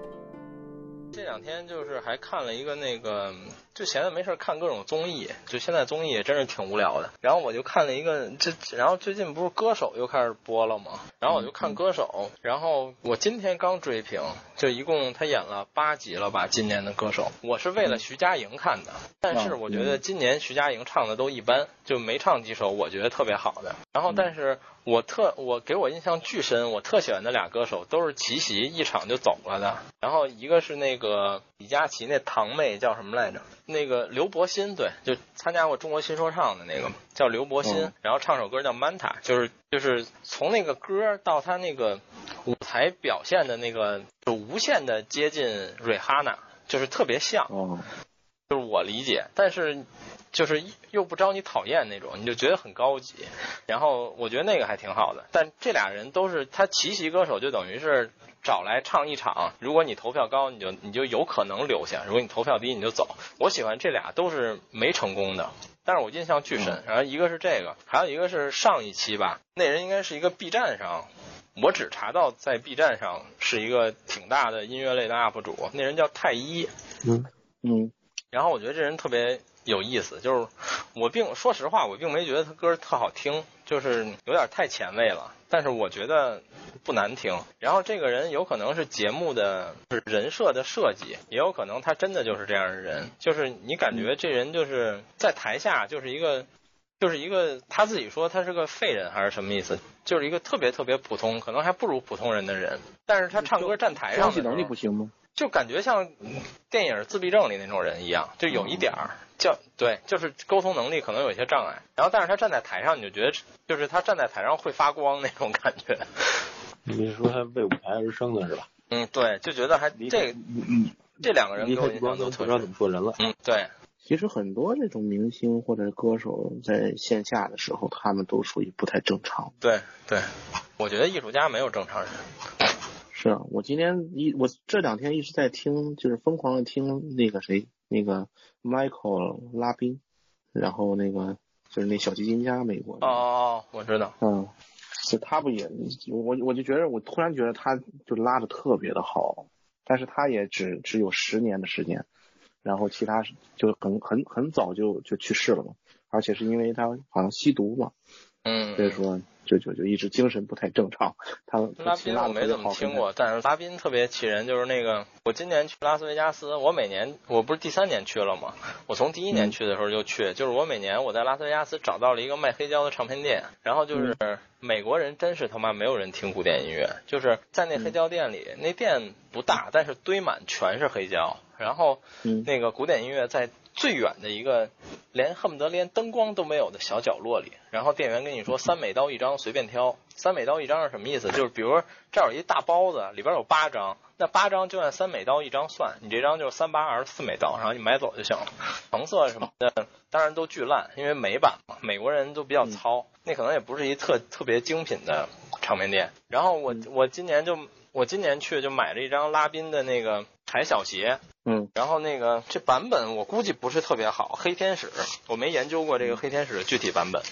Speaker 1: 这两天就是还看了一个那个，就闲着没事儿看各种综艺，就现在综艺也真是挺无聊的。然后我就看了一个，这然后最近不是歌手又开始播了吗？然后我就看歌手，然后我今天刚追评，就一共他演了八集了吧？今年的歌手，我是为了徐佳莹看的，但是我觉得今年徐佳莹唱的都一般，就没唱几首我觉得特别好的。然后但是我特我给我印象巨深，我特喜欢的俩歌手都是齐齐一场就走了的。然后一个是那个李佳琦那堂妹叫什么来着？那个刘柏辛，对，就参加过中国新说唱的那个叫刘柏辛，
Speaker 2: 嗯
Speaker 1: 然后唱首歌叫《Manta》，就是就是从那个歌到他那个舞台表现的那个，就无限的接近瑞哈娜，就是特别像。
Speaker 2: 哦，
Speaker 1: 就是我理解，但是就是又不招你讨厌那种，你就觉得很高级。然后我觉得那个还挺好的，但这俩人都是他奇袭歌手，就等于是找来唱一场。如果你投票高，你就你就有可能留下；如果你投票低，你就走。我喜欢这俩都是没成功的。但是我印象巨深，然后一个是这个，还有一个是上一期吧，那人应该是一个 B 站上我只查到在 B 站上是一个挺大的音乐类的 UP 主，那人叫太一。
Speaker 3: 嗯，
Speaker 2: 嗯，
Speaker 1: 然后我觉得这人特别有意思，就是我并说实话，我并没觉得他歌特好听，就是有点太前卫了。但是我觉得不难听。然后这个人有可能是节目的就是人设的设计，也有可能他真的就是这样的人，就是你感觉这人就是在台下就是一个。就是一个他自己说他是个废人还是什么意思？就是一个特别特别普通，可能还不如普通人的人，但是他唱歌站台上
Speaker 2: 消
Speaker 1: 的
Speaker 2: 息
Speaker 1: 时候
Speaker 2: 能力不行吗？
Speaker 1: 就感觉像电影《自闭症》里那种人一样，就有一点儿
Speaker 3: 嗯
Speaker 1: 叫对，就是沟通能力可能有一些障碍。然后，但是他站在台上，你就觉得就是他站在台上会发光那种感觉。
Speaker 3: 你是说他为舞台而生的是吧？
Speaker 1: 嗯，对，就觉得还
Speaker 3: 离
Speaker 1: 这
Speaker 3: 嗯，
Speaker 1: 这两个人
Speaker 3: 离
Speaker 1: 给
Speaker 3: 开
Speaker 1: 我
Speaker 3: 聚
Speaker 1: 印
Speaker 3: 光
Speaker 1: 象都
Speaker 3: 灯
Speaker 1: 特
Speaker 3: 不知道
Speaker 1: 别
Speaker 3: 怎。么做人了。
Speaker 1: 嗯，对，
Speaker 2: 其实很多这种明星或者歌手在线下的时候，他们都属于不太正常。
Speaker 1: 对，对，我觉得艺术家没有正常人。
Speaker 2: 是啊，我今天一我这两天一直在听，就是疯狂的听那个谁，那个 Michael 拉宾，然后那个就是那小提琴家，美国的
Speaker 1: 哦，哦，哦，我知道。
Speaker 2: 嗯，是他不也，我我就觉得我突然觉得他就拉的特别的好，但是他也只只有十年的时间，然后其他就很很很早就就去世了嘛，而且是因为他好像吸毒嘛，
Speaker 1: 嗯，
Speaker 2: 所以说就就就一直精神不太正常。他
Speaker 1: 拉
Speaker 2: 其
Speaker 1: 宾
Speaker 2: 他
Speaker 1: 我
Speaker 2: 的
Speaker 1: 没怎么听过，但是拉宾特别气人，就是那个我今年去拉斯维加斯，我每年我不是第三年去了吗？我从第一年去的时候就去，就是我每年我在拉斯维加斯找到了一个卖黑胶的唱片店，然后就是
Speaker 2: 嗯
Speaker 1: 美国人真是他妈没有人听古典音乐，就是在
Speaker 2: 嗯
Speaker 1: 那黑胶店里，那店不大，但是堆满全是黑胶，然后
Speaker 2: 嗯
Speaker 1: 那个古典音乐在最远的一个连恨不得连灯光都没有的小角落里，然后店员跟你说三美刀一张，随便挑。三美刀一张是什么意思？就是比如说这儿有一大包子，里边有八张，那八张就按三美刀一张算，你这张就是三八二十四美刀，然后你买走就行了。成色什么的当然都巨烂，因为美版嘛，美国人都比较
Speaker 2: 嗯
Speaker 1: 糙，那可能也不是一特特别精品的唱片店。然后我
Speaker 2: 嗯
Speaker 1: 我今年就我今年去就买了一张拉宾的那个踩小鞋，
Speaker 2: 嗯，
Speaker 1: 然后那个这版本我估计不是特别好，黑天使我没研究过这个黑天使的具体版本。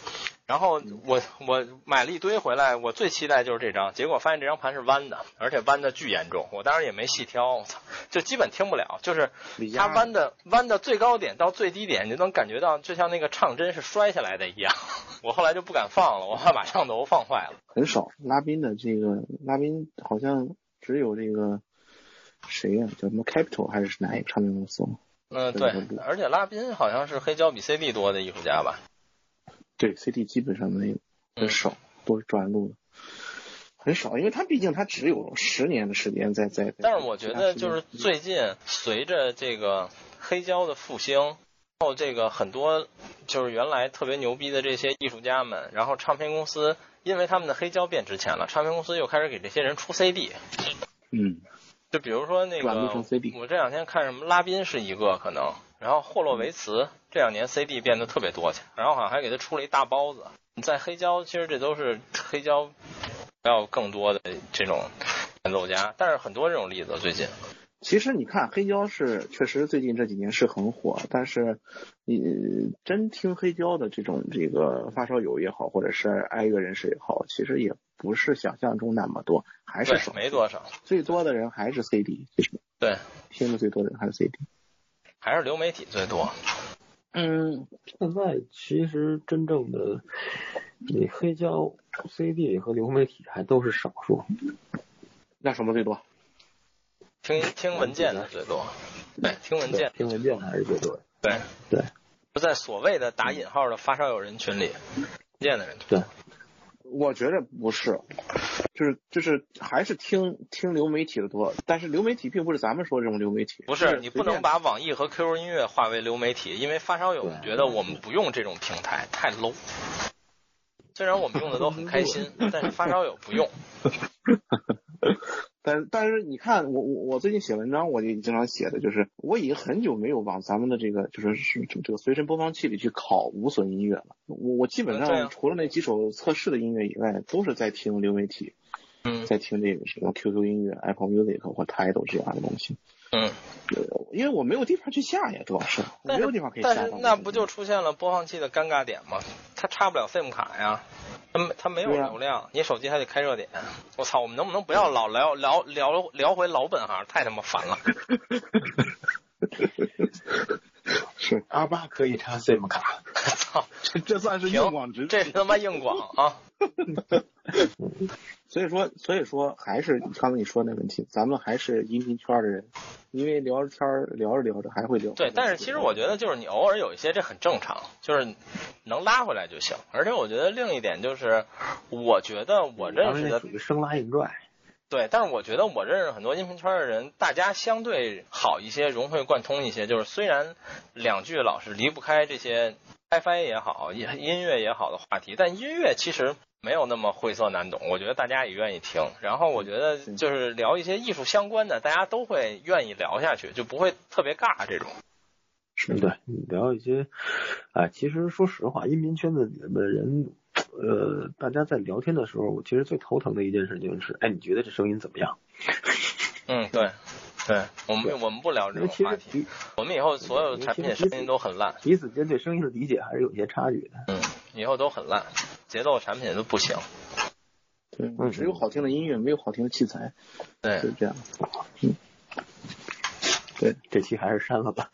Speaker 1: 然后我我买了一堆回来，我最期待就是这张，结果发现这张盘是弯的，而且弯的巨严重。我当时也没细挑，我操，就基本听不了。就是
Speaker 2: 李
Speaker 1: 它
Speaker 2: 佳
Speaker 1: 弯的弯的最高点到最低点，你就能感觉到，就像那个唱针是摔下来的一样。 我后来就不敢放了，我怕把唱头放坏了。
Speaker 2: 很少，拉宾的这个拉宾好像只有这个谁呀、叫什么 Capital 还是哪一个唱片公司？
Speaker 1: 嗯，对
Speaker 2: 对对对，
Speaker 1: 而且拉宾好像是黑胶比 CD 多的艺术家吧？
Speaker 2: 对，CD 基本上没有，很
Speaker 1: 嗯
Speaker 2: 少，都是转录的，很少，因为他毕竟他只有十年的时间在在。在
Speaker 1: 但是我觉得
Speaker 2: 其他
Speaker 1: 就
Speaker 2: 时
Speaker 1: 是
Speaker 2: 间嗯
Speaker 1: 最近随着这个黑胶的复兴，然后这个很多就是原来特别牛逼的这些艺术家们，然后唱片公司因为他们的黑胶变值钱了，唱片公司又开始给这些人出 CD。
Speaker 2: 嗯，
Speaker 1: 就比如说那
Speaker 2: 转录
Speaker 1: 个
Speaker 2: 成 CD，
Speaker 1: 我这两天看什么拉宾是一个可能，然后霍洛维茨这两年 CD 变得特别多去，然后好像还给他出了一大包子。你在黑胶，其实这都是黑胶要更多的这种演奏家，但是很多这种例子最近。
Speaker 2: 其实你看黑胶是确实最近这几年是很火，但是你真听黑胶的这种这个发烧友也好，或者是爱乐人士也好，其实也不是想象中那么多，还是
Speaker 1: 对，
Speaker 2: 少，
Speaker 1: 没多少，
Speaker 2: 最多的人还是 CD，其实
Speaker 1: 对，
Speaker 2: 听的最多的人还是 CD。
Speaker 1: 还是流媒体最多。
Speaker 2: 嗯，
Speaker 3: 现在其实真正的你黑胶、CD 和流媒体还都是少数。
Speaker 2: 那什么最多？
Speaker 1: 听听文件的最多，对，听文件，
Speaker 3: 听文件还是最多的。
Speaker 1: 对
Speaker 3: 对，
Speaker 1: 不在所谓的打引号的发烧友人群里，文件的人
Speaker 2: 我觉得不是，就是就是还是听听流媒体的多，但是流媒体并不是咱们说这种流媒体，
Speaker 1: 不
Speaker 2: 是
Speaker 1: 是你不能把网易和 QQ 音乐划为流媒体，因为发烧友
Speaker 3: 对
Speaker 1: 觉得我们不用这种平台，太 low。虽然我们用的都很开 心，但是发烧友不用。
Speaker 2: 但但是你看，我我我最近写文章，我就经常写的就是，我已经很久没有往咱们的这个就是是这个随身播放器里去拷无损音乐了。我我基本
Speaker 1: 嗯对啊
Speaker 2: 上除了那几首测试的音乐以外，都是在听流媒体，
Speaker 1: 嗯
Speaker 2: 在听这个什么 QQ 音乐、Apple Music 或 Tidal 这样的东西，
Speaker 1: 嗯，
Speaker 2: 因为我没有地方去下呀，主要是我
Speaker 1: 但
Speaker 2: 没
Speaker 1: 是
Speaker 2: 有地方可以下
Speaker 1: 但
Speaker 2: 到
Speaker 1: 是
Speaker 2: 这个。
Speaker 1: 那不就出现了播放器的尴尬点吗？它插不了 SIM 卡呀，它没它没有
Speaker 2: 对啊
Speaker 1: 流量，你手机还得开热点。我操，我们能不能不要老聊聊聊聊回老本行？太他妈烦了。
Speaker 2: 是
Speaker 3: 阿巴可以插 SIM 卡，
Speaker 1: 操，
Speaker 2: 这 这算是
Speaker 1: 停
Speaker 2: 硬广直
Speaker 1: 这他妈硬广啊！
Speaker 2: 所以说，所以说还是刚才你说那问题，咱们还是音频圈的人，因为聊着天儿聊着聊着还会聊。
Speaker 1: 对，但是其实我觉得就是你偶尔有一些这很正常，就是能拉回来就行。而且我觉得另一点就是，我觉得我认识
Speaker 3: 那
Speaker 1: 的
Speaker 3: 属于生拉硬拽。
Speaker 1: 对，但是我觉得我认识很多音频圈的人，大家相对好一些，融会贯通一些。就是虽然两句老是离不开这些 WiFi 也好，音音乐也好的话题，但音乐其实没有那么晦涩难懂。我觉得大家也愿意听。然后我觉得就是聊一些艺术相关的，大家都会愿意聊下去，就不会特别尬这种。
Speaker 3: 嗯，对，你聊一些，啊，其实说实话，音频圈子里面的人，呃，大家在聊天的时候，我其实最头疼的一件事情是，哎，你觉得这声音怎么样？
Speaker 1: 嗯，对，对，我们我们不聊这
Speaker 3: 因为
Speaker 1: 种
Speaker 3: 其
Speaker 1: 话
Speaker 3: 实
Speaker 1: 题，
Speaker 3: 彼
Speaker 1: 我们以后所有产品的声音都很烂，
Speaker 3: 彼此间对声音的理解还是有些差距的。
Speaker 1: 嗯，以后都很烂，节奏产品都不行。
Speaker 2: 对，
Speaker 3: 嗯
Speaker 2: 只有好听的音乐，没有好听的器材，
Speaker 1: 对
Speaker 2: 就，是这样。
Speaker 3: 这期还是删了吧，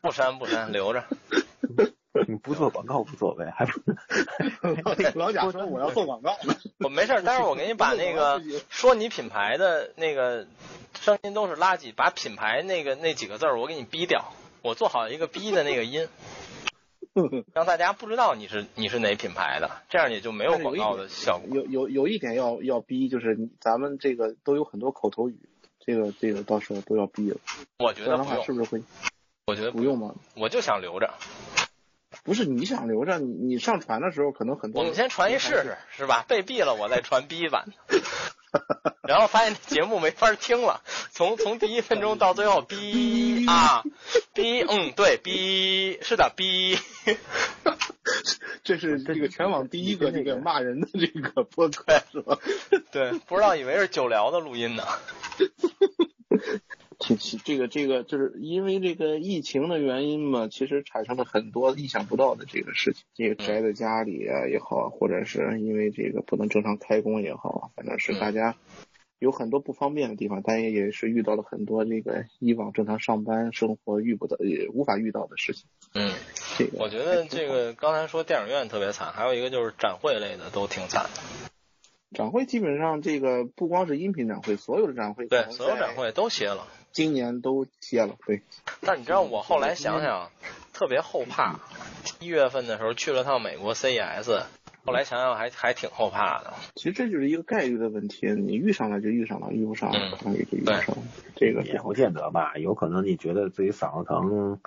Speaker 1: 不删不删，留着。
Speaker 3: 你不做广告无所谓，还不
Speaker 2: 老贾说我要做广告，
Speaker 1: 我没事儿，待会儿我给你把那个说你品牌的那个声音都是垃圾，把品牌那个那几个字儿我给你逼掉，我做好一个逼的那个 音，让大家不知道你是你是哪品牌的，这样也就没有广告的效果。
Speaker 2: 有有有一点要要逼，就是你咱们这个都有很多口头语，这个这个到时候都要逼了，
Speaker 1: 我觉
Speaker 2: 这
Speaker 1: 得
Speaker 2: 样的
Speaker 1: 不
Speaker 2: 话是
Speaker 1: 用，
Speaker 2: 不是会
Speaker 1: 我觉得
Speaker 2: 不用吗？
Speaker 1: 我就想留着。
Speaker 2: 不是你想留着，你你上传的时候可能很多。
Speaker 1: 我们先传一试试，是吧？被毙了，我再传 B 版。然后发现这节目没法听了，从从第一分钟到最后 B 啊 B，嗯，对 B 是的 B，
Speaker 2: 这是这个全网第一个这个骂人的这个播客是吧？
Speaker 1: 对，不知道以为是久聊的录音呢。
Speaker 2: 其其这个这个就是因为这个疫情的原因嘛，其实产生了很多意想不到的这个事情。这个
Speaker 1: 嗯
Speaker 2: 宅在家里啊也好，或者是因为这个不能正常开工也好，反正
Speaker 1: 嗯
Speaker 2: 是大家有很多不方便的地方，但也是遇到了很多这个以往正常上班生活遇不到、也无法遇到的事情。
Speaker 1: 嗯，
Speaker 2: 这个
Speaker 1: 我觉得
Speaker 2: 还
Speaker 1: 这
Speaker 2: 挺好
Speaker 1: 个刚才说电影院特别惨，还有一个就是展会类的都挺惨的。
Speaker 2: 展会基本上这个不光是音频展会，所有的展会可
Speaker 1: 对，
Speaker 2: 能
Speaker 1: 所有展
Speaker 2: 在
Speaker 1: 会都歇了。
Speaker 2: 今年都歇了。对，
Speaker 1: 但你知道我后来想想，特别后怕。一月份的时候去了趟美国 CES，后来想想还还挺后怕的。
Speaker 2: 其实这就是一个概率的问题，你遇上了就遇上了，遇不上
Speaker 1: 嗯
Speaker 2: 可能也就遇不上了。这个
Speaker 3: 也不见得吧，有可能你觉得自己嗓子疼、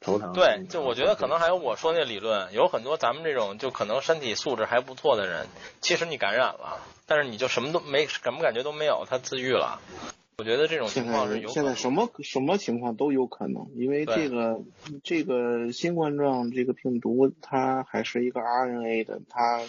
Speaker 3: 头
Speaker 2: 嗯
Speaker 3: 疼。
Speaker 1: 对，就我觉得可能还有我说那理论，有很多咱们这种就可能身体素质还不错的人，其实你感染了，但是你就什么都没什么感觉都没有，他自愈了。我觉得这种
Speaker 2: 现
Speaker 1: 情
Speaker 2: 在
Speaker 1: 况是有可
Speaker 2: 现在
Speaker 1: 能。
Speaker 2: 什么什么情况都有可能，因为
Speaker 1: 对
Speaker 2: 这个这个新冠状这个病毒，它还是一个 RNA 的，它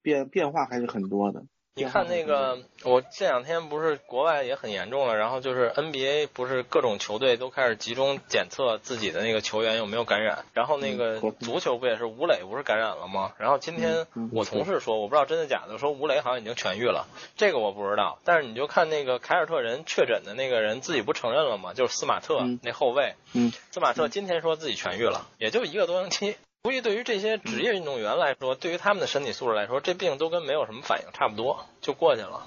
Speaker 2: 变变化还是很多的。
Speaker 1: 你看那个，我这两天不是国外也很严重了，然后就是 NBA 不是各种球队都开始集中检测自己的那个球员有没有感染，然后那个
Speaker 2: 嗯国
Speaker 1: 足球不也是吴磊不是感染了吗？然后今天
Speaker 2: 嗯嗯
Speaker 1: 我同事说，我不知道真的假的，说吴磊好像已经痊愈了，这个我不知道。但是你就看那个凯尔特人确诊的那个人自己不承认了吗？就是斯马特
Speaker 2: 嗯
Speaker 1: 那后卫，
Speaker 2: 嗯，
Speaker 1: 斯马特今天说自己痊愈了，也就一个多星期。估计对于这些职业运动员来说，对于他们的身体素质来说，这病都跟没有什么反应差不多，就过去了。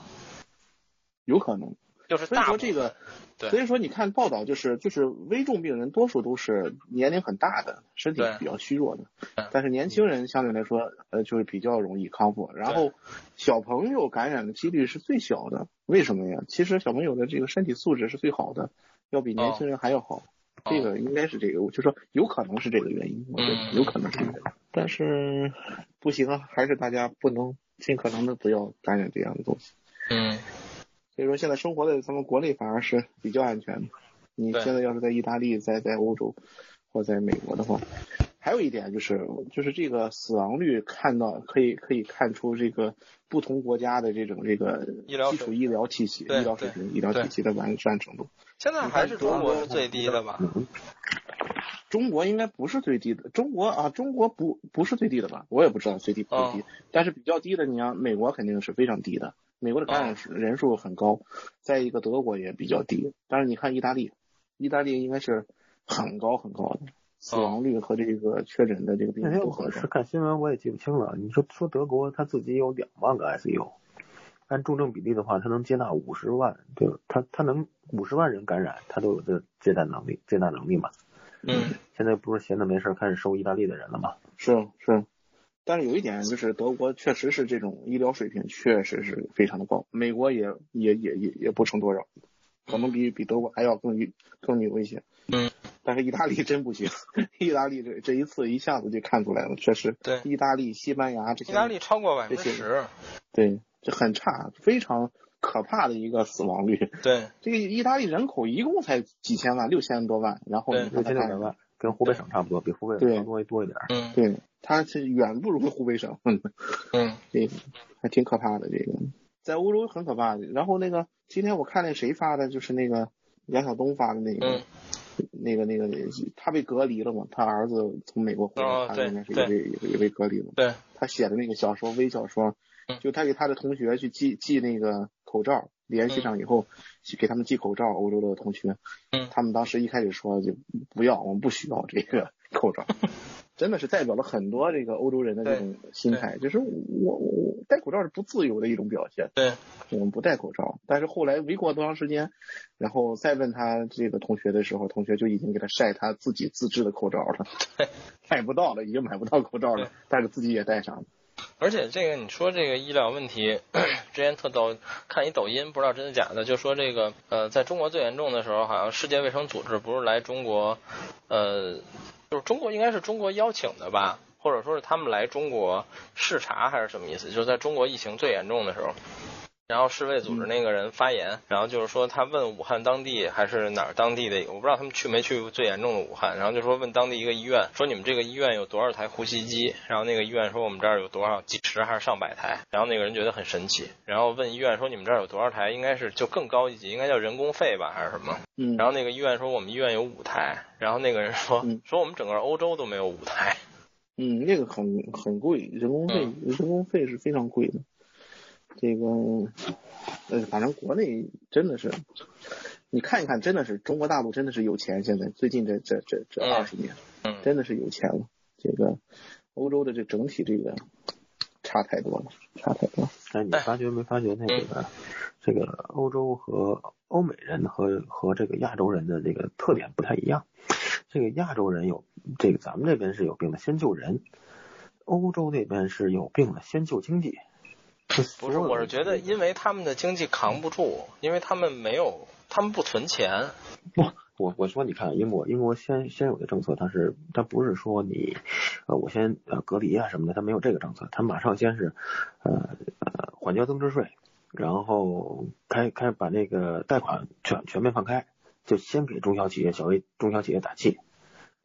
Speaker 2: 有可能。
Speaker 1: 就是
Speaker 2: 所以
Speaker 1: 大
Speaker 2: 说
Speaker 1: 部
Speaker 2: 这个，
Speaker 1: 对
Speaker 2: 所以说你看报道，就是就是危重病人多数都是年龄很大的，身体
Speaker 1: 对
Speaker 2: 比较虚弱的
Speaker 1: 嗯，
Speaker 2: 但是年轻人相对来说，呃，就是比较容易康复。然后小朋友感染的几率是最小的，为什么呀？其实小朋友的这个身体素质是最好的，要比年轻人还要好。
Speaker 1: 哦
Speaker 2: 这个应该是这个，我就说有可能是这个原因，我觉得
Speaker 1: 嗯
Speaker 2: 有可能是这个，但是不行啊，还是大家不能尽可能的不要感染这样的东西。
Speaker 1: 嗯，
Speaker 2: 所以说现在生活在咱们国内反而是比较安全的。你
Speaker 1: 对
Speaker 2: 现在要是在意大利、在在欧洲或在美国的话，还有一点就是就是这个死亡率看到可以可以看出这个不同国家的这种这个
Speaker 1: 医疗
Speaker 2: 基
Speaker 1: 水
Speaker 2: 础医疗体系、医
Speaker 1: 对
Speaker 2: 疗水
Speaker 1: 对
Speaker 2: 平、医疗体系的完善程度。
Speaker 1: 现在还是中国是最低的吧？
Speaker 2: 中国应该不是最低的，中国啊，中国不不是最低的吧？我也不知道最低不最低，但是比较低的，你像美国肯定是非常低的，美国的感染人数很高，再一个德国也比较低，但是你看意大利，意大利应该是很高很高的，死亡率和这个确诊的这个病
Speaker 3: 那
Speaker 2: 例
Speaker 3: 天
Speaker 2: 都
Speaker 3: 哎我
Speaker 2: 很高
Speaker 3: 是。看新闻，我也记不清了。你说说德国，他自己有两万个 ICU，按重症比例的话，他能接纳五十万，就他他能五十万人感染，他都有这接待能力，接纳能力嘛。
Speaker 1: 嗯，
Speaker 3: 现在不是闲的没事儿开始收意大利的人了吗？
Speaker 2: 是是，但是有一点就是德国确实是这种医疗水平确实是非常的高，美国也也也也也不成多少，可能比比德国还要更牛更牛一些。
Speaker 1: 嗯，
Speaker 2: 但是意大利真不行，意大利这这一次一下子就看出来了，确实
Speaker 1: 对
Speaker 2: 意大利、西班牙这些
Speaker 1: 意大利超过百分之十，
Speaker 2: 对这很差，非常可怕的一个死亡率。
Speaker 1: 对
Speaker 2: 这个意大利人口一共才几千万，六千多万，然后
Speaker 1: 对
Speaker 2: 你看他
Speaker 3: 六千六
Speaker 2: 看
Speaker 3: 百万，跟湖北省差不多，比湖北
Speaker 2: 对
Speaker 3: 省稍微多一点儿。
Speaker 1: 嗯
Speaker 2: 对，他是远不如湖北省。
Speaker 1: 嗯
Speaker 2: 这个还挺可怕的，这个在欧洲很可怕的。然后那个今天我看那谁发的，就是那个杨晓东发的那个、
Speaker 1: 嗯，
Speaker 2: 那个那个，他被隔离了嘛，他儿子从美国回来，
Speaker 1: 哦
Speaker 2: 他
Speaker 1: 对
Speaker 2: 应该是
Speaker 1: 对
Speaker 2: 也被也被也被隔离了。
Speaker 1: 对，
Speaker 2: 他写的那个小说微小说
Speaker 1: 嗯，
Speaker 2: 就他给他的同学去寄寄那个口罩，联系上以后、去给他们寄口罩，欧洲的同学，
Speaker 1: 嗯
Speaker 2: 他们当时一开始说就不要，我们不需要这个 口罩。真的是代表了很多这个欧洲人的这种心态，就是我我我戴口罩是不自由的一种表现。
Speaker 1: 对，
Speaker 2: 我们不戴口罩。但是后来没过多长时间，然后再问他这个同学的时候，同学就已经给他晒他自己自制的口罩了，买不到了，已经买不到口罩了
Speaker 1: 对，
Speaker 2: 但是自己也戴上了。
Speaker 1: 而且这个你说这个医疗问题， 之前特逗，看一抖音，不知道真的假的，就说这个呃，在中国最严重的时候，好像世界卫生组织不是来中国，呃，就是中国应该是中国邀请的吧，或者说是他们来中国视察还是什么意思？就是在中国疫情最严重的时候，然后世卫组织那个人发言，然后就是说他问武汉当地还是哪儿当地的，我不知道他们去没去最严重的武汉，然后就说问当地一个医院，说你们这个医院有多少台呼吸机，然后那个医院说我们这儿有多少几十还是上百台，然后那个人觉得很神奇，然后问医院说你们这儿有多少台，应该是就更高一级，应该叫人工肺吧还是什么，
Speaker 2: 嗯，
Speaker 1: 然后那个医院说我们医院有五台，然后那个人说
Speaker 2: 嗯
Speaker 1: 说我们整个欧洲都没有五台，
Speaker 2: 嗯，那个很很贵，人工费、
Speaker 1: 嗯
Speaker 2: 人工费是非常贵的。这个，呃，反正国内真的是，你看一看，真的是中国大陆真的是有钱，现在最近这这这这
Speaker 1: 嗯
Speaker 2: 二十年，
Speaker 1: 嗯
Speaker 2: 真的是有钱了。这个欧洲的这整体这个差太多了，差太多了。
Speaker 3: 但你发觉没发觉那
Speaker 1: 嗯
Speaker 3: 个、这个欧洲和欧美人和和这个亚洲人的这个特点不太一样？这个亚洲人有这个咱们这边是有病的先救人，欧洲那边是有病的先救经济。
Speaker 1: 不是，我是觉得
Speaker 3: 因
Speaker 1: 因为他们的经济扛不住，因为他们没有他们不存钱，
Speaker 3: 我我说，你看英国，英国先先有的政策，它是它不是说你，呃，我先呃隔离啊什么的，它没有这个政策，它马上先是，呃呃缓交增值税，然后开开把那个贷款全全面放开，就先给中小企业、小微中小企业打气，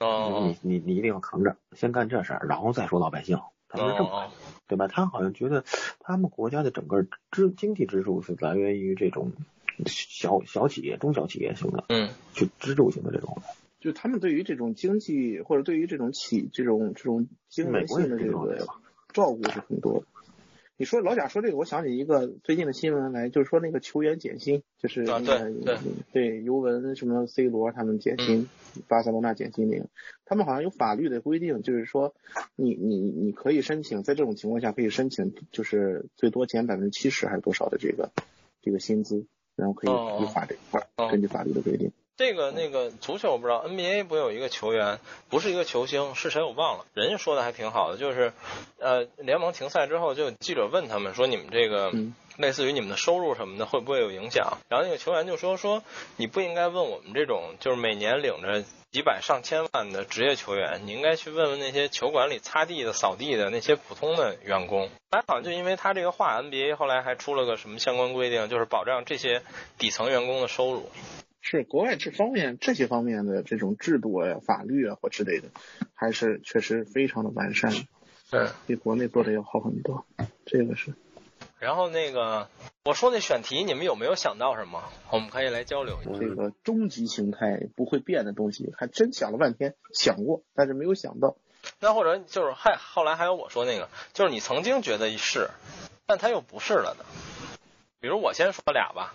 Speaker 1: 哦
Speaker 3: 你你你一定要扛着，先干这事儿，然后再说老百姓，他们是这么干
Speaker 1: 哦，
Speaker 3: 对吧？他好像觉得他们国家的整个支经济支柱是来源于这种小小企业、中小企业型的，
Speaker 1: 嗯
Speaker 3: 就支柱型的这种。
Speaker 2: 就他们对于这种经济或者对于这种企这种这种经
Speaker 3: 美
Speaker 2: 营
Speaker 3: 国也
Speaker 2: 性
Speaker 3: 是
Speaker 2: 的
Speaker 3: 这
Speaker 2: 这
Speaker 3: 种
Speaker 2: 个
Speaker 3: 对吧？
Speaker 2: 照顾是很多的。你说老贾说这个，我想起一个最近的新闻来，就是说那个球员减薪，就是
Speaker 1: 啊
Speaker 2: 那个
Speaker 1: 对嗯
Speaker 2: 对尤文什么 C 罗他们减薪，巴塞罗那减薪那个，他们好像有法律的规定，就是说你你你可以申请，在这种情况下可以申请，就是最多减百分之七十还是多少的这个这个薪资，然后可以
Speaker 1: 哦
Speaker 2: 依法这块
Speaker 1: 哦
Speaker 2: 根据法律的规定。
Speaker 1: 这个那个足球我不知道，NBA 不有一个球员，不是一个球星，是谁我忘了，人家说的还挺好的，就是，呃，联盟停赛之后，就有记者问他们说，你们这个
Speaker 2: 嗯
Speaker 1: 类似于你们的收入什么的会不会有影响？然后那个球员就说说，你不应该问我们这种就是每年领着几百上千万的职业球员，你应该去问问那些球馆里擦地的、扫地的那些普通的员工。还好像就因为他这个话，NBA 后来还出了个什么相关规定，就是保障这些底层员工的收入。
Speaker 2: 是国外这方面这些方面的这种制度呀、法律啊或之类的，还是确实非常的完善，
Speaker 1: 嗯。
Speaker 2: 比国内做的要好很多。这个是，
Speaker 1: 然后那个我说那选题，你们有没有想到什么？我们可以来交流一下。
Speaker 2: 这
Speaker 3: 嗯
Speaker 2: 个终极形态不会变的东西，还真想了半天，想过，但是没有想到。
Speaker 1: 那或者就是还后来还有我说那个，就是你曾经觉得是，但它又不是了的。比如我先说俩吧，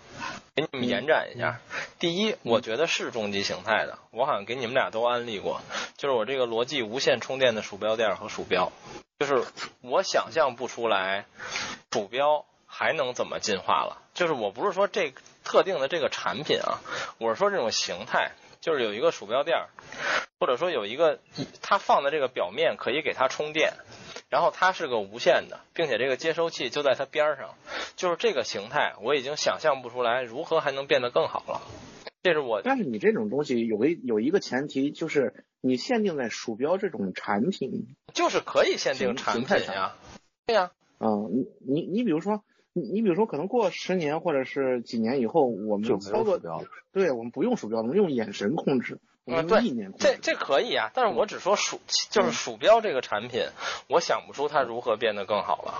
Speaker 1: 给你们延展一下。第一，我觉得是终极形态的，我好像给你们俩都安利过，就是我这个罗技无线充电的鼠标垫和鼠标，就是我想象不出来鼠标还能怎么进化了。就是我不是说这个特定的这个产品啊，我是说这种形态，就是有一个鼠标垫儿，或者说有一个它放在这个表面可以给它充电，然后它是个无线的，并且这个接收器就在它边儿上，就是这个形态，我已经想象不出来如何还能变得更好了。这是我
Speaker 2: 但是你这种东西有个有一个前提，就是你限定在鼠标这种产品
Speaker 1: 就是可以限定产
Speaker 2: 形态
Speaker 1: 品
Speaker 2: 上
Speaker 1: 呀，对呀、
Speaker 2: 啊、你你你比如说。你你比如说，可能过十年或者是几年以后，我
Speaker 3: 就
Speaker 2: 们
Speaker 3: 没有
Speaker 2: 操
Speaker 3: 指
Speaker 2: 作
Speaker 3: 标 了。
Speaker 2: 对我们不用鼠标了，我们用眼神控制，我
Speaker 1: 啊
Speaker 2: 们
Speaker 1: 对
Speaker 2: 用意念控制。
Speaker 1: 这这可以啊，但是我只说鼠
Speaker 2: 嗯
Speaker 1: 就是鼠标这个产品，我想不出它如何变得更好了。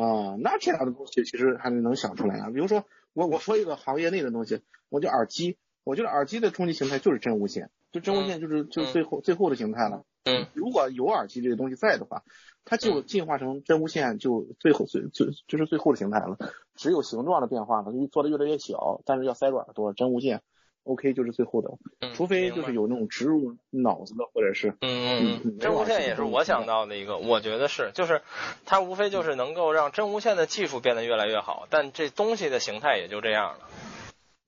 Speaker 2: 啊，那这样的东西其实还是能想出来啊。比如说，我我说一个行业内的东西，我就耳机，我觉得耳机的终极形态就是真无线，就真无线就是、就是最后、最后的形态了。
Speaker 1: 嗯，
Speaker 2: 如果有耳机这个东西在的话，它就进化成真无线，就最后最最就是最后的形态了。只有形状的变化了，就做的越来越小，但是要塞入耳朵，真无线，OK 就是最后的，
Speaker 1: 嗯，
Speaker 2: 除非就
Speaker 1: 明白
Speaker 2: 是有那种植入脑子的或者是。
Speaker 1: 嗯嗯嗯，
Speaker 2: 嗯
Speaker 1: 真无线也是我想到的一个，我觉得是，就是它无非就是能够让真无线的技术变得越来越好，但这东西的形态也就这样了。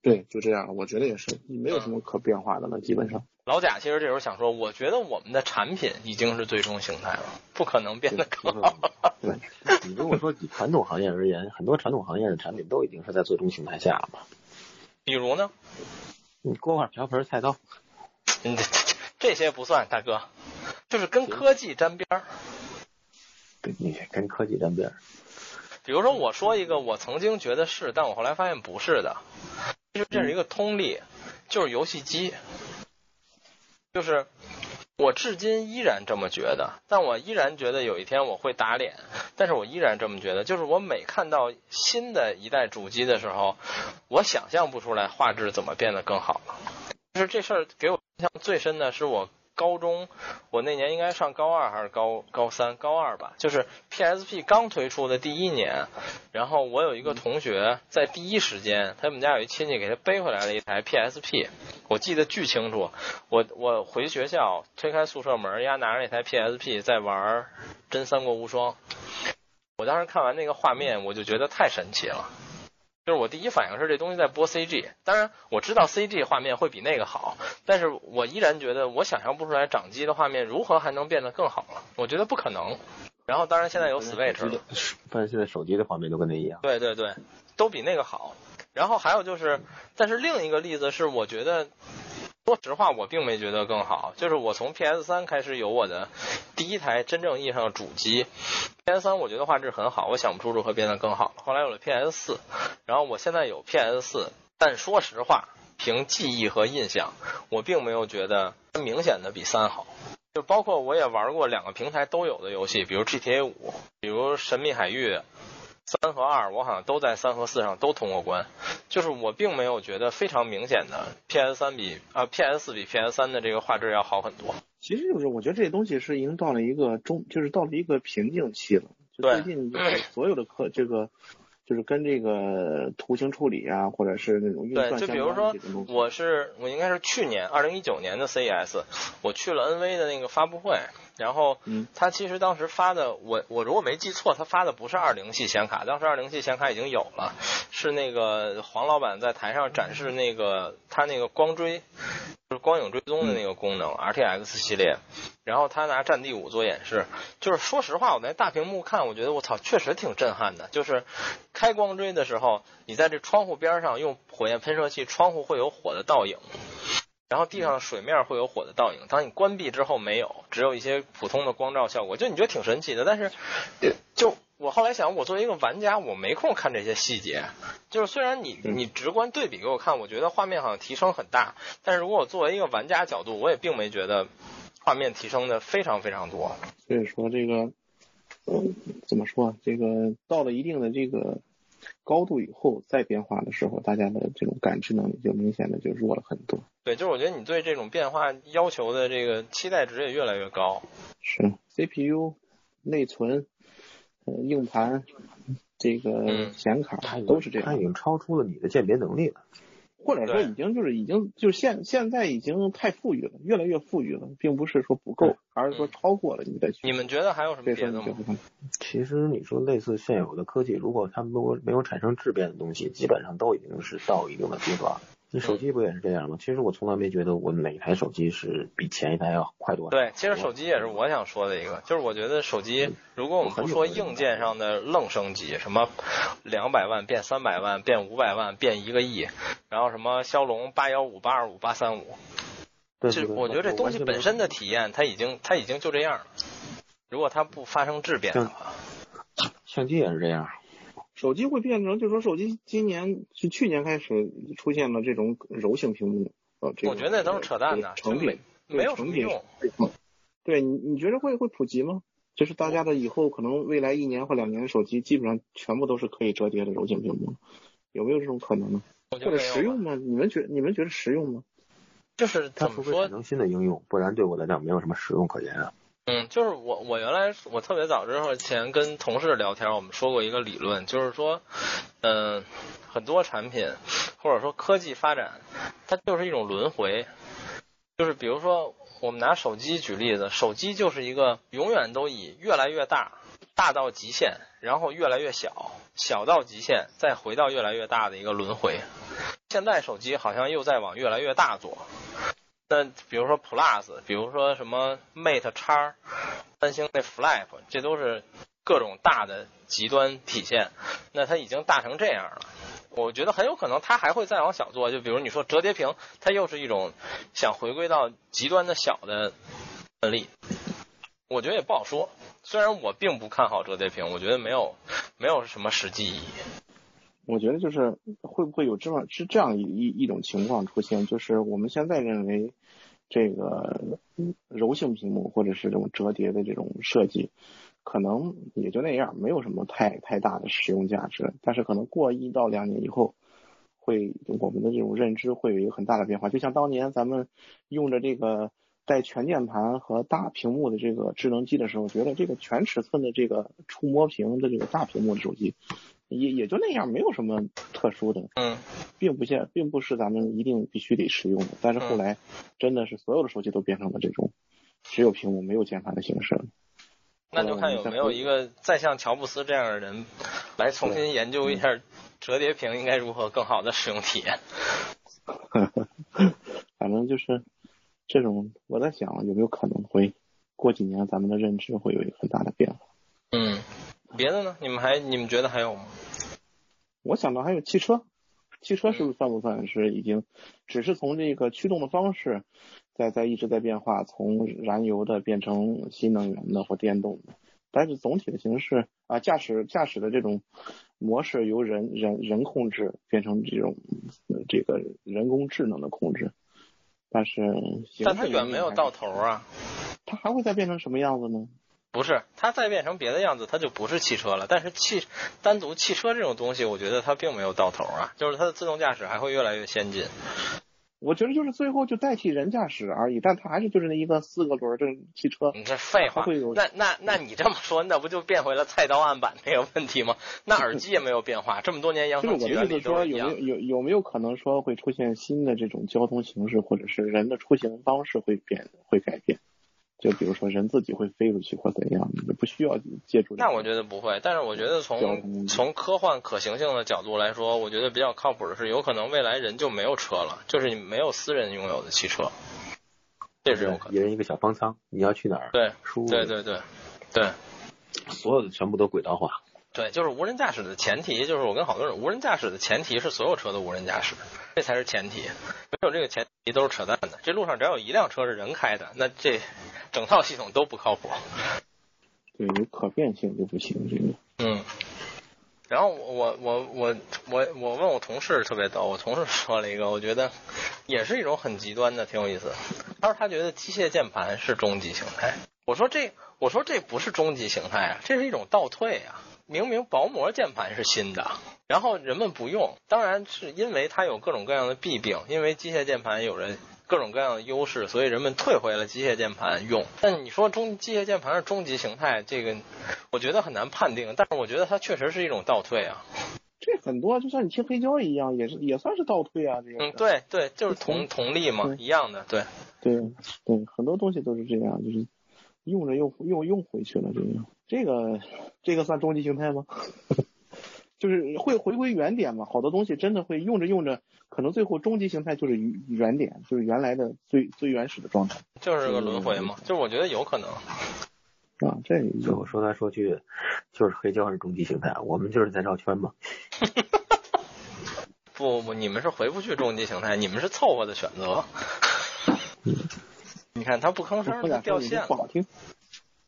Speaker 2: 对，就这样了。我觉得也是，
Speaker 1: 嗯
Speaker 2: 没有什么可变化的了，基本上。
Speaker 1: 老贾其实这时候想说，我觉得我们的产品已经是最终形态了，不可能变得更好。
Speaker 3: 对，你如果说以传统行业而言，很多传统行业的产品都已经是在最终形态下了嘛。
Speaker 1: 比如呢，
Speaker 3: 你锅碗瓢盆菜刀，
Speaker 1: 你这这这些不算，大哥，就是跟科技沾边儿。
Speaker 3: 跟你跟科技沾边儿。
Speaker 1: 比如说，我说一个我曾经觉得是，但我后来发现不是的，其实这是一个通例，就是游戏机，就是我至今依然这么觉得，但我依然觉得有一天我会打脸，但是我依然这么觉得，就是我每看到新的一代主机的时候，我想象不出来画质怎么变得更好了。就是这事儿给我印象最深的是我高中，我那年应该上高二还是高高三？高二吧，就是 PSP 刚推出的第一年，然后我有一个同学在第一时间，他们家有一亲戚给他背回来了一台 PSP，我记得巨清楚。我我回学校推开宿舍门，丫拿着那台 PSP 在玩《真三国无双》，我当时看完那个画面，我就觉得太神奇了。就是我第一反应是这东西在播 CG，当然我知道 CG 画面会比那个好，但是我依然觉得我想象不出来掌机的画面如何还能变得更好了，我觉得不可能。然后当然现在有 Switch 了，
Speaker 3: 发现现在手机的画面都跟那一样。
Speaker 1: 对对对，都比那个好。然后还有就是，但是另一个例子是，我觉得说实话，我并没觉得更好。就是我从 PS 三开始有我的第一台真正意义上的主机，PS 三我觉得画质很好，我想不出如何变得更好。后来有了 PS 四，然后我现在有 PS 四，但说实话，凭记忆和印象，我并没有觉得它明显的比三好。就包括我也玩过两个平台都有的游戏，比如 GTA 五，比如《神秘海域》。三和二，我好像都在三和四上都通过关，就是我并没有觉得非常明显的 PS 三比啊、PS 四比 PS 三的这个画质要好很多。
Speaker 2: 其实就是我觉得这东西是已经到了一个中，就是到了一个瓶颈期了。就
Speaker 1: 对
Speaker 2: 最近所有的科这个。就是跟这个图形处理啊，或者是那种运
Speaker 1: 对
Speaker 2: 算
Speaker 1: 就
Speaker 2: 相
Speaker 1: 比如
Speaker 2: 关
Speaker 1: 说
Speaker 2: 的这个东西，
Speaker 1: 我是我应该是去年二零一九年的 CES，我去了 NV 的那个发布会，然后
Speaker 2: 嗯
Speaker 1: 他其实当时发的，我我如果没记错，他发的不是二零系显卡，当时二零系显卡已经有了，是那个黄老板在台上展示那个他那个光追，就是光影追踪的那个功能、r t x 系列，然后他拿《战地五》做演示，就是说实话，我在大屏幕看，我觉得我操，确实挺震撼的。就是开光追的时候，你在这窗户边上用火焰喷射器，窗户会有火的倒影。然后地
Speaker 2: 嗯
Speaker 1: 上的水面会有火的倒影，当你关闭之后没有，只有一些普通的光照效果，就你觉得挺神奇的。但是，呃就我后来想，我作为一个玩家，我没空看这些细节。就是虽然你
Speaker 2: 嗯
Speaker 1: 你直观对比给我看，我觉得画面好像提升很大，但是如果我作为一个玩家角度，我也并没觉得画面提升的非常非常多。
Speaker 2: 所以说这个，嗯，怎么说啊？这个到了一定的这个高度以后，再变化的时候，大家的这种感知能力就明显的就弱了很多。
Speaker 1: 对，就是我觉得你对这种变化要求的这个期待值也越来越高。
Speaker 2: 是 CPU、内存、呃、硬盘、这个
Speaker 1: 嗯
Speaker 2: 显卡、
Speaker 3: 它已经
Speaker 2: 都是这
Speaker 3: 它已
Speaker 2: 样，
Speaker 3: 经超出了你的鉴别能力了。
Speaker 2: 或者说
Speaker 1: 对
Speaker 2: 已经就是已经就是现现在已经太富裕了，越来越富裕了，并不是说不够
Speaker 3: 对，
Speaker 2: 而是说超过了你的
Speaker 1: 嗯
Speaker 2: 需
Speaker 1: 你们觉得还有什
Speaker 2: 所
Speaker 1: 么
Speaker 2: 以说
Speaker 1: 别的
Speaker 2: 你就
Speaker 1: 吗？
Speaker 2: 不可能
Speaker 3: 其实你说类似现有的科技，如果它没有没有产生质变的东西，基本上都已经是到一定的地方了。你手机不也是这样吗？其实我从来没觉得我哪台手机是比前一台要快多少。
Speaker 1: 对，其实手机也是我想说的一个，就是我觉得手机，如果我们不说硬件上的愣升级，什么两百万变三百万变五百万变一个亿，然后什么骁龙八幺五八二五八三五，
Speaker 3: 对
Speaker 1: 这
Speaker 3: 对对，
Speaker 1: 我觉得这东西本身的体验，它已经它已经就这样了。如果它不发生质变的话，
Speaker 3: 相机也是这样。
Speaker 2: 手机会变成，就是说手机今年是去年开始出现了这种柔性屏幕，呃，这个
Speaker 1: 我觉得那都是扯淡的
Speaker 2: 这个成
Speaker 1: 这
Speaker 2: 品对
Speaker 1: 没有什么用。
Speaker 2: 成品对你，你觉得会会普及吗？就是大家的以后可能未来一年或两年的手机基本上全部都是可以折叠的柔性屏幕，有没有这种可能呢？
Speaker 1: 我觉
Speaker 2: 或
Speaker 1: 得
Speaker 2: 者
Speaker 1: 没有
Speaker 2: 实
Speaker 1: 了
Speaker 2: 用吗？你们觉你们觉得实用吗？
Speaker 1: 就是
Speaker 3: 它
Speaker 1: 怎
Speaker 3: 除
Speaker 1: 么
Speaker 3: 非
Speaker 1: 说
Speaker 3: 产生新的应用，不然对我来讲没有什么实用可言啊。
Speaker 1: 嗯，就是我我原来我特别早之前跟同事聊天，我们说过一个理论，就是说，嗯、很多产品或者说科技发展，它就是一种轮回，就是比如说我们拿手机举例子，手机就是一个永远都以越来越大，大到极限，然后越来越小，小到极限，再回到越来越大的一个轮回。现在手机好像又在往越来越大做，那比如说 Plus，比如说什么 Mate 叉，三星那 Flip，这都是各种大的极端体现。那它已经大成这样了，我觉得很有可能它还会再往小做。就比如你说折叠屏，它又是一种想回归到极端的小的案例，我觉得也不好说。虽然我并不看好折叠屏，我觉得没有没有什么实际意义。
Speaker 2: 我觉得就是会不会有这么是这样一一一种情况出现，就是我们现在认为这个柔性屏幕或者是这种折叠的这种设计，可能也就那样，没有什么太太大的使用价值。但是可能过一到两年以后，会我们的这种认知会有一个很大的变化。就像当年咱们用着这个带全键盘和大屏幕的这个智能机的时候，觉得这个全尺寸的这个触摸屏的这个大屏幕的手机。也也就那样，没有什么特殊的，
Speaker 1: 嗯，
Speaker 2: 并不现，并不是咱们一定必须得使用的。但是后来，真的是所有的手机都变成了这种只有屏幕没有键盘的形式了。
Speaker 1: 那就
Speaker 2: 哦
Speaker 1: 看有没有一个再像乔布斯这样的人来重新研究一下折叠屏应该如何更好的使用体验。
Speaker 2: 反正就是这种，我在想有没有可能会过几年咱们的认知会有一个很大的变化。
Speaker 1: 嗯，别的呢？你们还你们觉得还有吗？
Speaker 2: 我想到还有汽车，汽车
Speaker 1: 嗯
Speaker 2: 是不是算不算是已经只是从这个驱动的方式在在一直在变化，从燃油的变成新能源的或电动的，但是总体的形式啊，驾驶驾驶的这种模式由人人人控制变成这种、呃这个人工智能的控制，但是形
Speaker 1: 但它
Speaker 2: 式
Speaker 1: 远没有
Speaker 2: 还
Speaker 1: 到，头啊。
Speaker 2: 它还会再变成什么样子呢？
Speaker 1: 不是，它再变成别的样子，它就不是汽车了。但是汽单独汽车这种东西，我觉得它并没有到头啊，就是它的自动驾驶还会越来越先进。
Speaker 2: 我觉得就是最后就代替人驾驶而已，但它还是就是那一个四个轮儿的汽车，
Speaker 1: 你这废话
Speaker 2: 它会有，
Speaker 1: 那那那你这么说，那不就变回了菜刀案板那个问题吗？那耳机也没有变化，这么多年扬
Speaker 2: 就是
Speaker 1: 声
Speaker 2: 我
Speaker 1: 器
Speaker 2: 的
Speaker 1: 原
Speaker 2: 意思
Speaker 1: 理都
Speaker 2: 说，
Speaker 1: 是一
Speaker 2: 有没
Speaker 1: 样
Speaker 2: 有。有有没有可能说会出现新的这种交通形式，或者是人的出行方式会变会改变？就比如说人自己会飞出去或怎样，你不需要借助这个。
Speaker 1: 那我觉得不会，但是我觉得
Speaker 2: 交通工
Speaker 1: 从
Speaker 2: 具
Speaker 1: 从科幻可行性的角度来说，我觉得比较靠谱的是，有可能未来人就没有车了，就是你没有私人拥有的汽车，这是有可
Speaker 3: 一
Speaker 1: 能。
Speaker 3: 人一个小方舱，你要去哪儿？
Speaker 1: 对，
Speaker 3: 输入
Speaker 1: 对对对，对
Speaker 3: 所有的全部都轨道化。
Speaker 1: 对，就是无人驾驶的前提，就是我跟好多人，无人驾驶的前提是所有车都无人驾驶，这才是前提。没有这个前提都是扯淡的。这路上只要有一辆车是人开的，那这整套系统都不靠谱。
Speaker 2: 对有可变性就不行，这个
Speaker 1: 嗯，然后我我我我我问我同事特别逗，我同事说了一个，我觉得也是一种很极端的，挺有意思。他说他觉得机械键盘是终极形态。我说这我说这不是终极形态啊，这是一种倒退啊。明明薄膜键盘是新的，然后人们不用，当然是因为它有各种各样的弊病，因为机械键盘有人各种各样的优势，所以人们退回了机械键盘用。但你说终机械键盘是终极形态，这个我觉得很难判定，但是我觉得它确实是一种倒退啊。
Speaker 2: 这很多就像你贴黑胶一样，也是也算是倒退啊，这个。
Speaker 1: 嗯，对对，就是同同例嘛
Speaker 2: 对，
Speaker 1: 一样的，对
Speaker 2: 对对，很多东西都是这样，就是用着又又用回去了，这个这个这个算终极形态吗？ 就是会回归原点嘛，好多东西真的会用着用着，可能最后终极形态就是原原点，就是原来的最最原始的状态
Speaker 1: 就是个轮回嘛，
Speaker 2: 嗯
Speaker 1: 就是我觉得有可能。
Speaker 2: 啊。这
Speaker 3: 最后说来说去，就是黑胶是终极形态，我们就是在绕圈嘛。
Speaker 1: 不不，你们是回不去终极形态，你们是凑合的选择。 你看他不吭声，
Speaker 2: 嗯不
Speaker 1: 他
Speaker 2: 敢
Speaker 1: 掉
Speaker 2: 说你
Speaker 1: 线
Speaker 2: 这不
Speaker 1: 了。
Speaker 2: 好听，